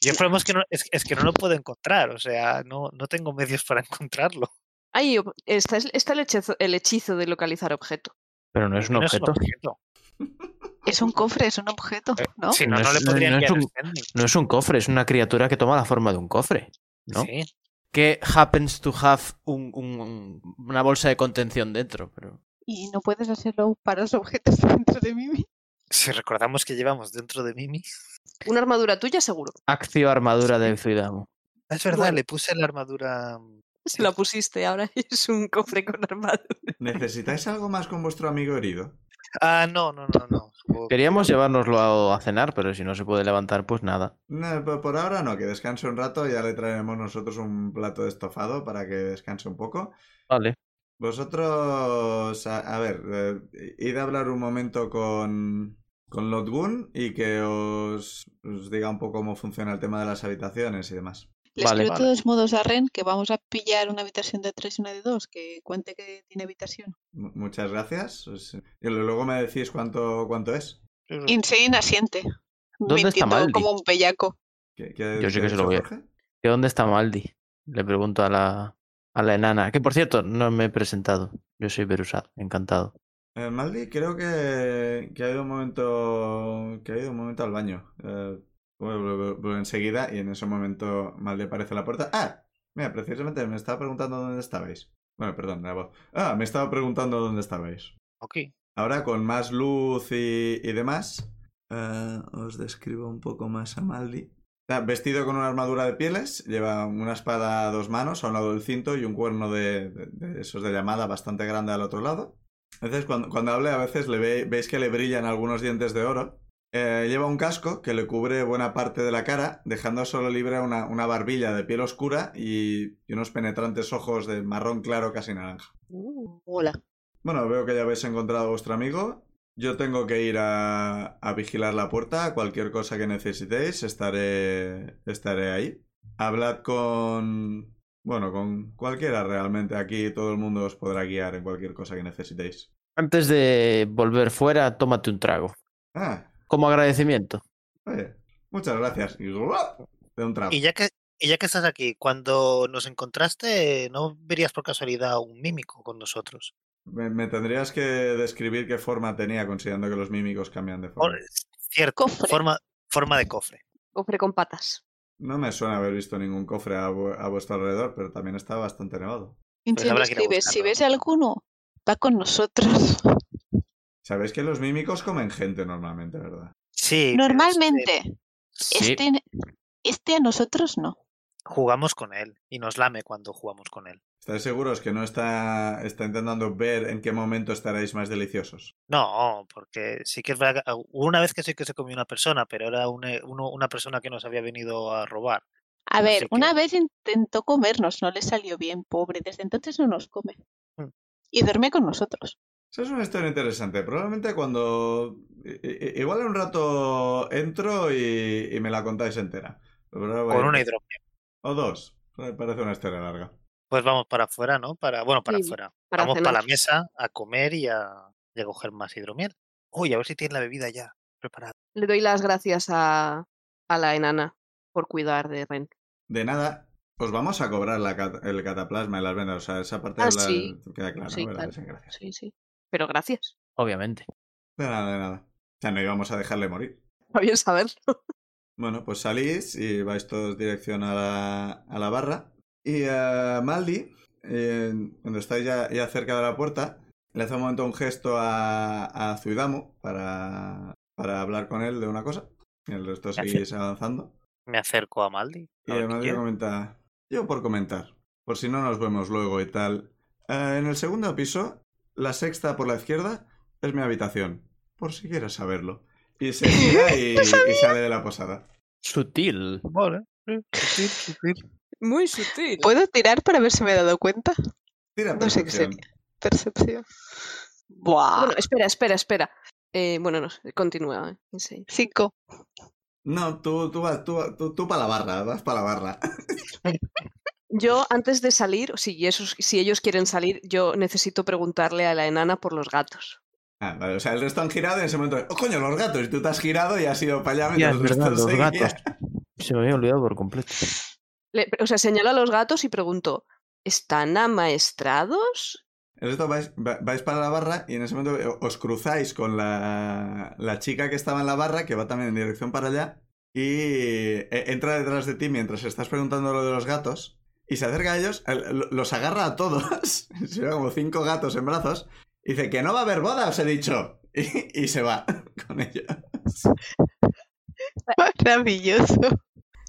Yo el problema es que no, es, es que no lo puedo encontrar, o sea, no, no tengo medios para [LAUGHS] encontrarlo. Ahí ob- está, es- está el, hechizo, el hechizo de localizar objeto. Pero no es un No es un objeto. objeto. Es un cofre, es un objeto, Eh, ¿no? Si no, No no, es- le no- podría no es enviar el un- sending. No es un cofre, es una criatura que toma la forma de un cofre. ¿no? Sí. Que happens to have un- un- un- una bolsa de contención dentro, pero... Y no puedes hacerlo para los objetos [LAUGHS] dentro de Mimi. Si recordamos que llevamos dentro de Mimi. Una armadura tuya, seguro. [LAUGHS] Accio armadura de Zuidamu. Ah, Es verdad, Bueno. le puse la armadura. mm, Se la pusiste, ahora es un cofre con armadura. ¿Necesitáis algo más con vuestro amigo herido? Ah, no, no, no, no. supongo que- Queríamos llevárnoslo a, a cenar, pero si no se puede levantar, pues nada. No, por por ahora no, que descanse un rato. Ya le traeremos nosotros un plato de estofado para que descanse un poco. Vale. Vosotros, a, a ver, eh, id a hablar un momento con, con Lotgun y que os, os diga un poco cómo funciona el tema de las habitaciones y demás. Le Vale. escribo Vale. de todos modos a Ren que vamos a pillar una habitación de tres y una de dos, que cuente que tiene habitación. Mu- Muchas gracias. Os- Y luego me decís cuánto, cuánto es. Insane asiente. Mm. ¿Dónde está Mintiendo Maldi? como un bellaco. ¿Qué- qué- Yo sí qué que ha se dicho lo voy a- Jorge? ¿Que dónde está Maldi? Le pregunto a la, a la enana. Que por cierto, no me he presentado. Yo soy Berusat, encantado. Eh, Maldi, creo que, que ha ido un momento. que ha ido un momento al baño. Eh, bueno, bueno, bueno, bueno, enseguida y en ese momento Maldi aparece a la puerta. ¡Ah! Mira, precisamente me estaba preguntando dónde estabais. Bueno, perdón, la voz. Ah, me estaba preguntando dónde estabais. Ok. Ahora con más luz y, y demás. eh, os describo un poco más a Maldi. Está vestido con una armadura de pieles, lleva una espada a dos manos a un lado del cinto y un cuerno de, de- de esos de llamada bastante grande al otro lado. Entonces, cuando, cuando hable, a veces le ve- veis que le brillan algunos dientes de oro. Eh, lleva un casco que le cubre buena parte de la cara, dejando solo libre una, una barbilla de piel oscura y, y unos penetrantes ojos de marrón claro casi naranja. Mola. Bueno, veo que ya habéis encontrado a vuestro amigo. Yo tengo que ir a, a vigilar la puerta. Cualquier cosa que necesitéis, estaré, estaré ahí. Hablad con, Bueno, con cualquiera realmente. Aquí todo el mundo os podrá guiar en cualquier cosa que necesitéis. Antes de volver fuera, tómate un trago. Ah, Como agradecimiento. oye, muchas gracias. Y ¡guau! de un trago. Y ya que, y ya que estás aquí, cuando nos encontraste, ¿no verías por casualidad un mímico con nosotros? Me, me tendrías que describir qué forma tenía, considerando que los mímicos cambian de Mm. forma. Cierto, Cofre. forma, forma de cofre. Cofre con patas. No me suena haber visto ningún cofre a, vu- a vuestro alrededor, pero también está bastante nevado. Pues Entonces habrá que ir a escribes, si buscarlo. ves alguno, va con nosotros. Sabéis que los mímicos comen gente normalmente, ¿verdad? Sí. pero este, Normalmente, Sí. este, este a nosotros no. jugamos con él y nos lame cuando jugamos con él. ¿Estáis seguros que no está, está intentando ver en qué momento estaréis más deliciosos? No, porque sí que es verdad que ah, hubo una vez que sí que se comió una persona, pero era un, eh, uno- una persona que nos había venido a robar. A Así ver, que- una vez intentó comernos, no le salió bien, pobre. Desde entonces no nos come. Mm. Y duerme con nosotros. Esa es una historia interesante. Probablemente cuando... i- i- Igual en un rato entro y, y me la contáis entera. Pero Con una bueno, hidromiel. O dos. Me Parece una historia larga. Pues vamos para afuera, ¿no? Para, bueno, para Sí, afuera. para vamos para la cenar. mesa a comer y a, y a coger más hidromiel. Uy, a ver si tienen la bebida ya preparada. Le doy las gracias a, a la enana por cuidar de Ren. De nada, os vamos a cobrar la cat- el cataplasma y las vendas. O sea, esa parte Ah, de la- sí. queda clara, Sí, ¿verdad? claro. Sí, gracias. Sí, sí. Pero gracias. Obviamente. De nada, de nada. Ya no íbamos a dejarle morir. Está bien saberlo. Bueno, pues salís y vais todos dirección a la, a la barra. Y a Maldi, eh, cuando estáis ya, ya cerca de la puerta, le hace un momento un gesto a, a Zuidamo para, para hablar con él de una cosa. Y el resto Gracias. seguís avanzando. Me acerco a Maldi. Y a ver qué además le quiere. comenta, yo por comentar, por si no nos vemos luego y tal. eh, en el segundo piso, la sexta por la izquierda, es mi habitación, por si quieres saberlo. [LAUGHS] Y se gira y, y sale de la posada. Sutil. [LAUGHS] Vale, sí, sutil, sutil. Muy sutil. ¿Puedo tirar para ver si me he dado cuenta? Tira No sé qué percepción. Percepción. Buah. Bueno, espera, espera, espera. Eh, bueno, no, continúa. eh, enseña. Cinco. No, tú, tú, vas- tú, tú, tú para la barra, vas para la barra. Yo, antes de salir, si, esos, si ellos quieren salir, yo necesito preguntarle a la enana por los gatos. Ah, vale, o sea, el resto han girado y en ese momento, oh coño, los gatos, y tú te has girado y has ido para allá. Ya, mientras es el resto verdad, los seguía. gatos. Se me había olvidado por completo. Le- o sea, señalo a los gatos y pregunto, ¿están amaestrados? El resto vais, va- vais para la barra y en ese momento eh, os cruzáis con la, la chica que estaba en la barra, que va también en dirección para allá, y eh, entra detrás de ti mientras estás preguntando lo de los gatos, y se acerca a ellos, el- lo- los agarra a todos, [LAUGHS] se lleva como cinco gatos en brazos, y dice que no va a haber boda, os he dicho, [LAUGHS] y, y se va [LAUGHS] con ellos. Maravilloso.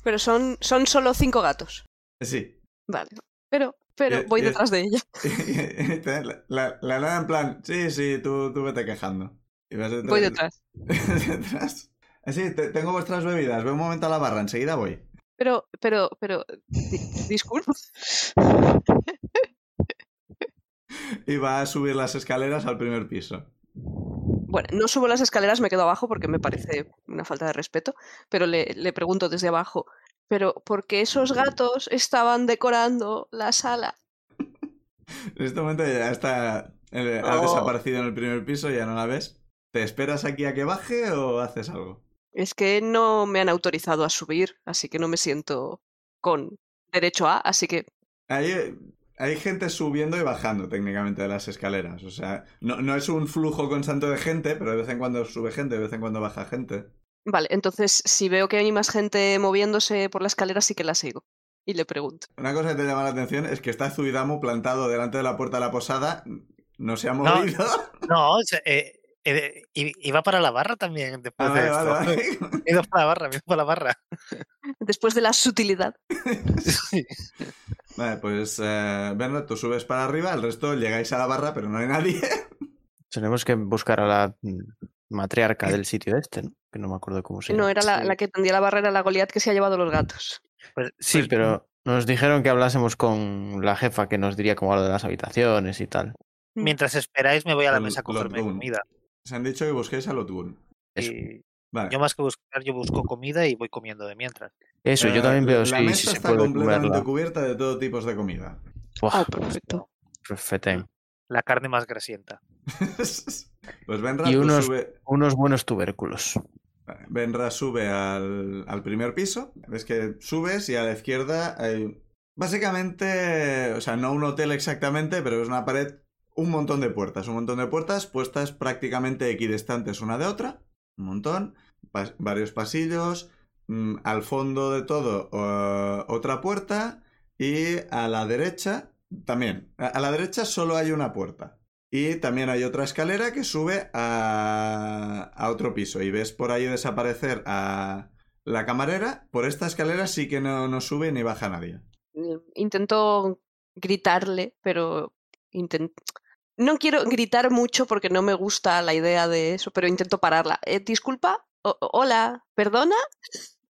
Pero son, son solo cinco gatos. Sí. Vale. Pero, pero Eh, voy eh. detrás de ella. [LAUGHS] la, la, la nada en plan, sí, sí, tú, tú vete quejando. Y vas Voy detrás. [LAUGHS] detrás. Así, te- tengo vuestras bebidas. Ve un momento a la barra, enseguida voy. Pero, pero, pero, di- disculpa. Y va a subir las escaleras al primer piso. Bueno, no subo las escaleras, me quedo abajo porque me parece una falta de respeto, pero le, le pregunto desde abajo, pero ¿por qué esos gatos estaban decorando la sala? En este momento ya está. eh, Ha Oh. desaparecido en el primer piso, ya no la ves. ¿Te esperas aquí a que baje o haces algo? Es que no me han autorizado a subir, así que no me siento con derecho a, así que Hay, eh, hay gente subiendo y bajando técnicamente de las escaleras. O sea, no, no es un flujo constante de gente, pero de vez en cuando sube gente, de vez en cuando baja gente. Vale, entonces si veo que hay más gente moviéndose por la escalera, sí que la sigo. Y le pregunto. Una cosa que te llama la atención es que está Zuidamu plantado delante de la puerta de la posada. No se ha No. movido. [LAUGHS] No, o sea, eh, eh, i- iba para la barra también después Ah, vale, de esto. vale, [LAUGHS] vale. He ido para la barra, me he ido para la barra. Después de la sutilidad. Sí. Vale, pues eh, Bernard, tú subes para arriba, el resto llegáis a la barra, pero no hay nadie. [LAUGHS] Tenemos que buscar a la mm, matriarca del sitio este, ¿no? Que no me acuerdo cómo se llama. no era la, sí. la que tendía la barrera, la Goliat que se ha llevado los gatos. Pues- Sí, pues- pero nos dijeron que hablásemos con la jefa que nos diría como lo de las habitaciones y tal. Mientras esperáis, me voy a la Al mesa a cogerme Lotgun. comida. Se han dicho que busquéis a Lotgun. Eso. Y Vale. yo más que buscar, yo busco comida y voy comiendo de mientras. Eso, yo también veo Eh, Ah, La si, mesa si se está puede completamente comerla. cubierta de todo tipo de comida. [LAUGHS] Buah, Ah, Oh, perfecto. perfecto. La carne más grasienta. pues Benra, Y tú unos- sube, Unos buenos tubérculos. Benra sube al, al primer piso. Ves que subes y a la izquierda hay. Básicamente, o sea, no un hotel exactamente, pero es una pared, un montón de puertas. Un montón de puertas puestas prácticamente equidistantes una de otra. Un montón. pas- varios pasillos. mm, al fondo de todo, eh, otra puerta. Y a la derecha, también. A- a la derecha solo hay una puerta. Y también hay otra escalera que sube a, a otro piso. Y ves por ahí desaparecer a la camarera. Por esta escalera sí que no, no sube ni baja nadie. Eh, Intento gritarle, pero inten- no quiero gritar mucho porque no me gusta la idea de eso, pero intento pararla. Eh, disculpa, o- o- hola, perdona.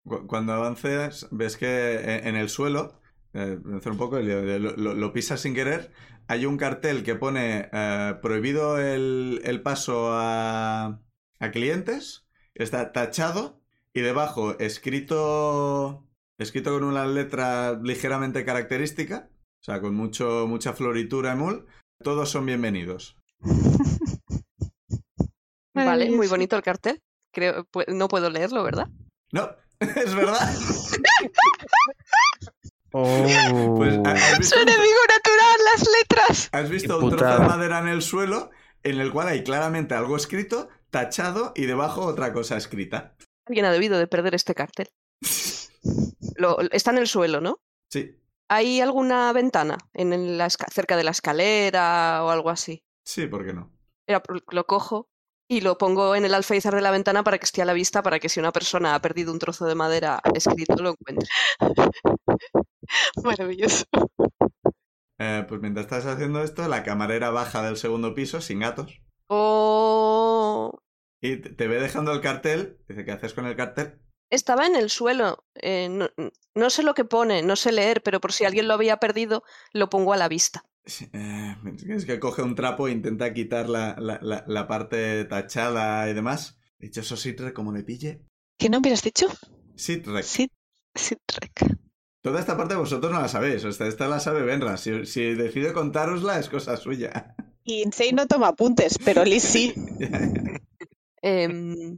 Cu- Cuando avances, ves que eh, en el suelo, eh, hacer un poco, lo, lo- lo pisas sin querer, hay un cartel que pone eh, prohibido el, el paso a, a clientes, está tachado y debajo escrito, escrito con una letra ligeramente característica, o sea, con mucho, mucha floritura emul, todos son bienvenidos. Vale, muy Maravilloso. bonito el cartel. Creo, pu- no puedo leerlo, ¿verdad? No, [LAUGHS] es verdad. Oh. Pues, ¿has Su visto un- enemigo natural, las letras. Has visto Qué un trozo de putada. madera en el suelo en el cual hay claramente algo escrito, tachado y debajo otra cosa escrita. Alguien ha debido de perder este cartel. Lo- está en el suelo, ¿no? Sí, ¿Hay alguna ventana en el- la esca- cerca de la escalera o algo así? sí, ¿por qué no? Era por- lo cojo y lo pongo en el alféizar de la ventana para que esté a la vista, para que si una persona ha perdido un trozo de madera escrito, lo encuentre. Maravilloso. Eh, pues mientras estás haciendo esto, la camarera baja del segundo piso sin gatos O... y te- te ve dejando el cartel. Dice, ¿qué haces con el cartel? Estaba en el suelo. eh, no, no sé lo que pone, no sé leer, pero por si alguien lo había perdido, lo pongo a la vista. Sí, eh, es que coge un trapo e intenta quitar la, la- la- la parte tachada y demás. Dichoso Sitre, como le pille. ¿Qué nombre has dicho? Sitre. Sid, Sid Trek. Toda esta parte vosotros no la sabéis. Esta, esta la sabe Benra. Si, si decide contárosla es cosa suya. [LAUGHS] Y Insane no toma apuntes, pero Liz sí. Em,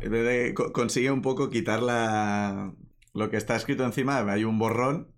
de- de- co- consigue un poco quitar la, lo que está escrito encima. Hay un borrón.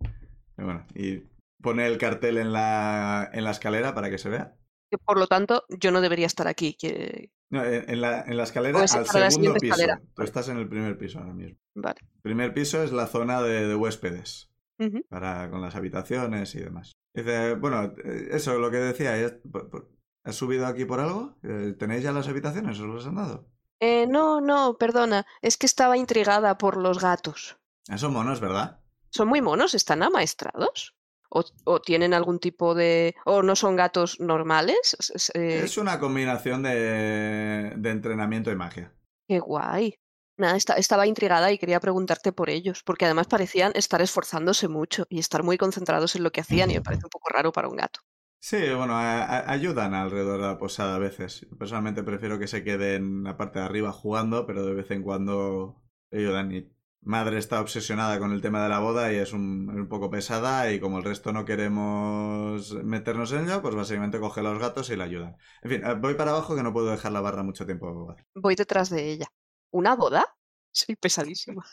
Y, bueno, y pone el cartel en la, en la escalera para que se vea. que por lo tanto, yo no debería estar aquí. Que... No, en, en la, en la escalera Pues al para la segundo siguiente piso. escalera. Tú estás en el primer piso ahora mismo. Vale. Primer piso es la zona de, de huéspedes. Ujú. para, con las habitaciones y demás. Dice, bueno, eh, eso, lo que decía, ¿eh? ¿Por- por- ¿has subido aquí por algo? Eh, ¿Tenéis ya las habitaciones? ¿Os las han dado? Eh, no, no, perdona, es que estaba intrigada por los gatos. Ah, Son monos, ¿verdad? son muy monos, están amaestrados. O, o tienen algún tipo de. O no son gatos normales. s- s- eh, Es una combinación de, de entrenamiento y magia. Qué guay. Nada, esta- estaba intrigada y quería preguntarte por ellos, porque además parecían estar esforzándose mucho y estar muy concentrados en lo que hacían, y me parece un poco raro para un gato. Sí, bueno, a- a- ayudan alrededor de la posada a veces. Personalmente prefiero que se queden en la parte de arriba jugando, pero de vez en cuando ayudan. Y madre está obsesionada con el tema de la boda y es un, un poco pesada y como el resto no queremos meternos en ello, pues básicamente coge a los gatos y la ayudan. En fin, eh, voy para abajo que no puedo dejar la barra mucho tiempo vacía. Voy detrás de ella. ¿Una boda? Soy pesadísima.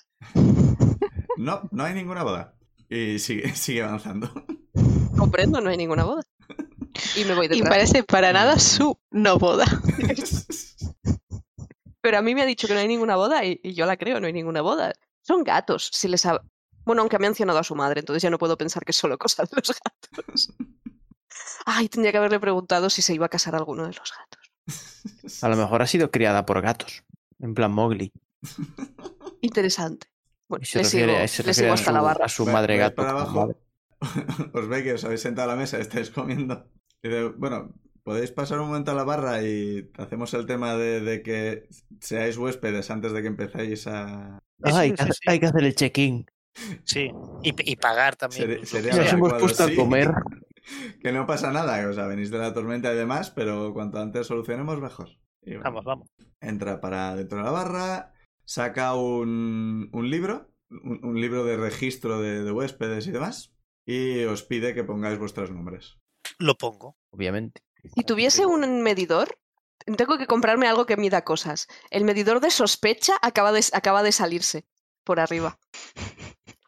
No, no hay ninguna boda. Y sigue, [LAUGHS] sigue avanzando. Comprendo, no hay ninguna boda. Y me voy Y detrás. parece para nada su no boda. Pero a mí me ha dicho que no hay ninguna boda y, y yo la creo, no hay ninguna boda. Son gatos, si les ha... Bueno, aunque ha mencionado a su madre, entonces ya no puedo pensar que es solo cosa de los [LAUGHS] gatos. Ay, tendría que haberle preguntado si se iba a casar alguno de los gatos. [LAUGHS] A lo mejor ha sido criada por gatos. En plan Mowgli. Interesante. Bueno, Y se le sigo, refiere, se le refiere sigo a, hasta su, la barra. a su Va- madre vais gato. para como abajo. madre. [LAUGHS] Os ve que os habéis sentado a la mesa, estáis comiendo. Dice, bueno, podéis pasar un momento a la barra y hacemos el tema de, de que seáis huéspedes antes de que empezáis a... Sí, Ah, hay, sí, sí, que, hacer- sí. hay que hacer el check-in. Sí. Y, y pagar también. Seri- incluso. sería O sea, Nos de hemos acuerdo, puesto sí. a comer. [LAUGHS] Que no pasa nada, o sea, venís de la tormenta y demás, pero cuanto antes solucionemos, mejor. Y bueno, Vamos, vamos. Entra para dentro de la barra, saca un, un libro un, un libro de registro de, de huéspedes y demás, y os pide que pongáis vuestros nombres. Lo pongo. obviamente. [LAUGHS] Si tuviese un medidor, tengo que comprarme algo que mida cosas. El medidor de sospecha acaba de, acaba de salirse por arriba.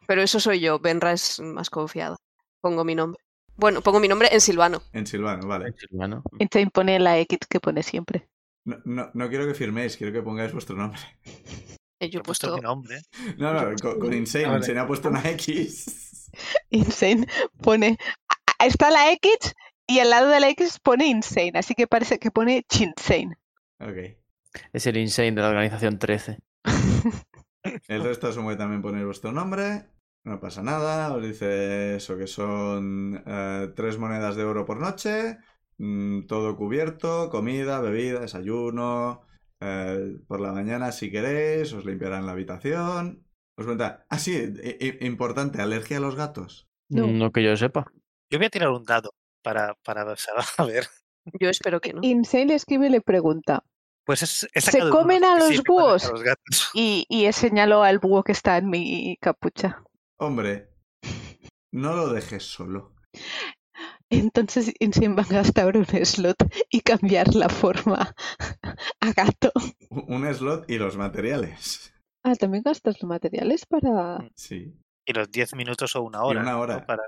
Pero eso soy yo, Benra es más confiada. Pongo mi nombre. Bueno, pongo mi nombre en Silvano. En Silvano, vale. Silvano. Y te impone la X que pone siempre. [LAUGHS] No, no, no quiero que firméis, quiero que pongáis vuestro nombre. [LAUGHS] Eh, Yo He puesto mi nombre. No, no, con, con Insane. Vale. Insane ha puesto una X. Insane pone. a- a- Está la X y al lado de la X pone Insane. Así que parece que pone Chinsane. Ok. Es el insane de la organización 13. El resto asumo que también ponéis vuestro nombre. No pasa nada. Os dice eso, que son eh, tres monedas de oro por noche. mm, todo cubierto, comida, bebida, desayuno. eh, por la mañana, si queréis, os limpiarán la habitación. Os cuenta. Ah, sí, i- i- importante, alergia a los gatos. No. No que yo sepa. Yo voy a tirar un dado para, para [LAUGHS] saber. Yo espero [LAUGHS] que no. Insane le escribe y le pregunta. Pues es, he ¿Se sacado un uno, comen a que sí, los me comen búhos? A los gatos. [LAUGHS] Y, y señaló al búho que está en mi capucha. [LAUGHS] Hombre, no lo dejes solo. Entonces Insane va a gastar un slot y cambiar la forma [LAUGHS] a gato. U- Un slot y los materiales. Ah, también gastas los materiales para. Sí. Y los 10 minutos o una hora. una ¿no? hora. Para-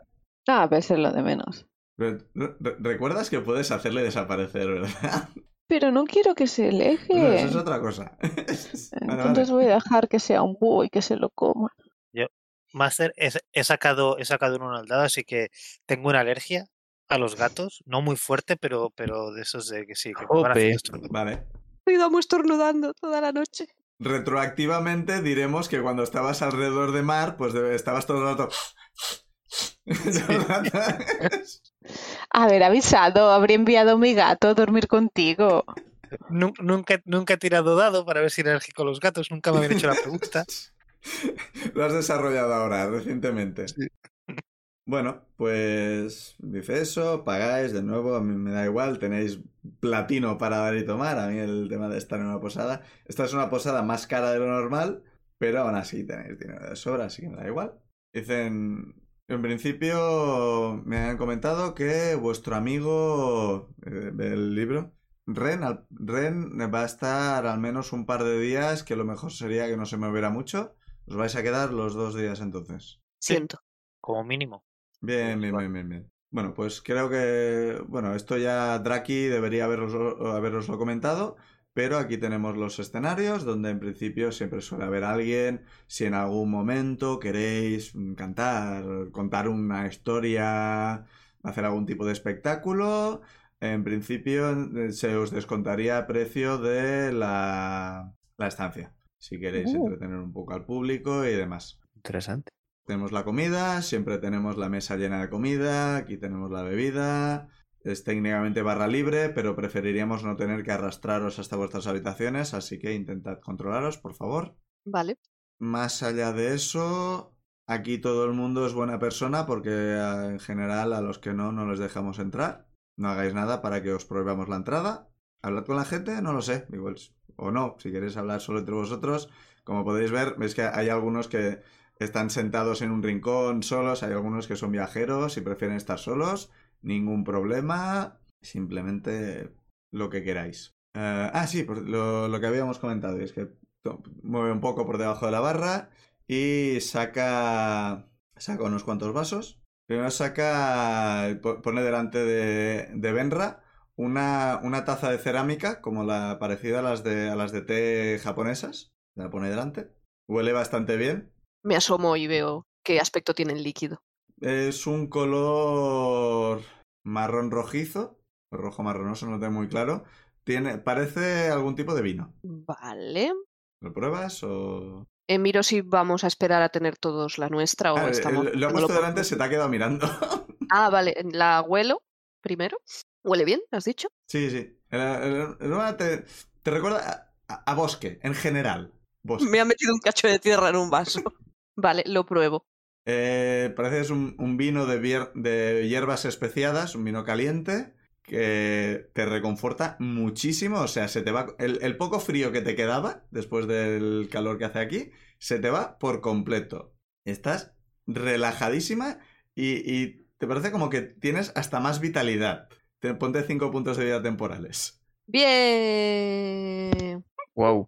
Ah, va a ser lo de menos. Re- re- ¿Recuerdas que puedes hacerle desaparecer, verdad? Pero no quiero que se aleje. No, eso es otra cosa. [LAUGHS] Ah, Vale, vale. Entonces voy a dejar que sea un búho y que se lo coma. Master, he, sa- he sacado, he sacado un uno al dado, así que tengo una alergia a los gatos. No muy fuerte, pero, pero de esos de que sí. Que me van a hacer Jope. estornudar. Vale. Cuidado, estornudando toda la noche. Retroactivamente diremos que cuando estabas alrededor de mar, pues de- estabas todo el rato. [LAUGHS] Haber avisado, habría enviado a mi gato a dormir contigo. Nu- Nunca, nunca he tirado dado para ver si era alérgico a los gatos. Nunca me habían hecho la [LAUGHS] pregunta. Lo has desarrollado ahora, recientemente. Sí. Bueno, pues dice eso, pagáis de nuevo, a mí me da igual, tenéis platino para dar y tomar, a mí el tema de estar en una posada. Esta es una posada más cara de lo normal, pero aún así tenéis dinero de sobra, así que me da igual. Dicen, en principio me han comentado que vuestro amigo eh, del libro, Ren, al- Ren va a estar al menos un par de días, que lo mejor sería que no se moviera mucho. Os vais a quedar los dos días entonces. Sí. Siento. Como mínimo. Bien, bien, bien, bien, bien. Bueno, pues creo que, bueno, esto ya Draki debería haberos, haberoslo comentado, pero aquí tenemos los escenarios donde en principio siempre suele haber alguien, si en algún momento queréis mm, cantar, contar una historia, hacer algún tipo de espectáculo, en principio eh, se os descontaría a precio de la, la estancia, si queréis Uh. entretener un poco al público y demás. Interesante. Tenemos la comida, siempre tenemos la mesa llena de comida, aquí tenemos la bebida. Es técnicamente barra libre, pero preferiríamos no tener que arrastraros hasta vuestras habitaciones, así que intentad controlaros, por favor. Vale. Más allá de eso, aquí todo el mundo es buena persona porque eh, en general a los que no, no les dejamos entrar. No hagáis nada para que os prohibamos la entrada. Hablad con la gente, no lo sé, igual, s- o no, si queréis hablar solo entre vosotros. Como podéis ver, veis que hay algunos que están sentados en un rincón solos, hay algunos que son viajeros y prefieren estar solos. Ningún problema, simplemente lo que queráis. Eh, ah, sí, por lo, lo que habíamos comentado, y es que to- mueve un poco por debajo de la barra y saca, saca unos cuantos vasos. Primero saca, po- pone delante de, de Benra una, una taza de cerámica, como la parecida a las de, a las de té japonesas. La pone delante. Huele bastante bien. Me asomo y veo qué aspecto tiene el líquido. Es un color marrón rojizo, o rojo marronoso, no lo tengo muy claro. Tiene, parece algún tipo de vino. Vale. ¿Lo pruebas o...? Eh, miro si vamos a esperar a tener todos la nuestra o Ah, estamos. eh, lo ha dándolo puesto por- delante, se te ha quedado mirando. Ah, vale. La huelo primero. Huele bien, has dicho. sí, sí. El- el- el aroma te, te recuerda a, a- a bosque, en general. Bosque. Me ha metido un cacho de tierra en un [LAUGHS] vaso. Vale, lo pruebo. Eh, parece que es un, un vino de, bier- de hierbas especiadas, un vino caliente, que te reconforta muchísimo. O sea, se te va. El, el poco frío que te quedaba después del calor que hace aquí, se te va por completo. Estás relajadísima y, y te parece como que tienes hasta más vitalidad. Te, ponte 5 puntos de vida temporales. Bien. Wow.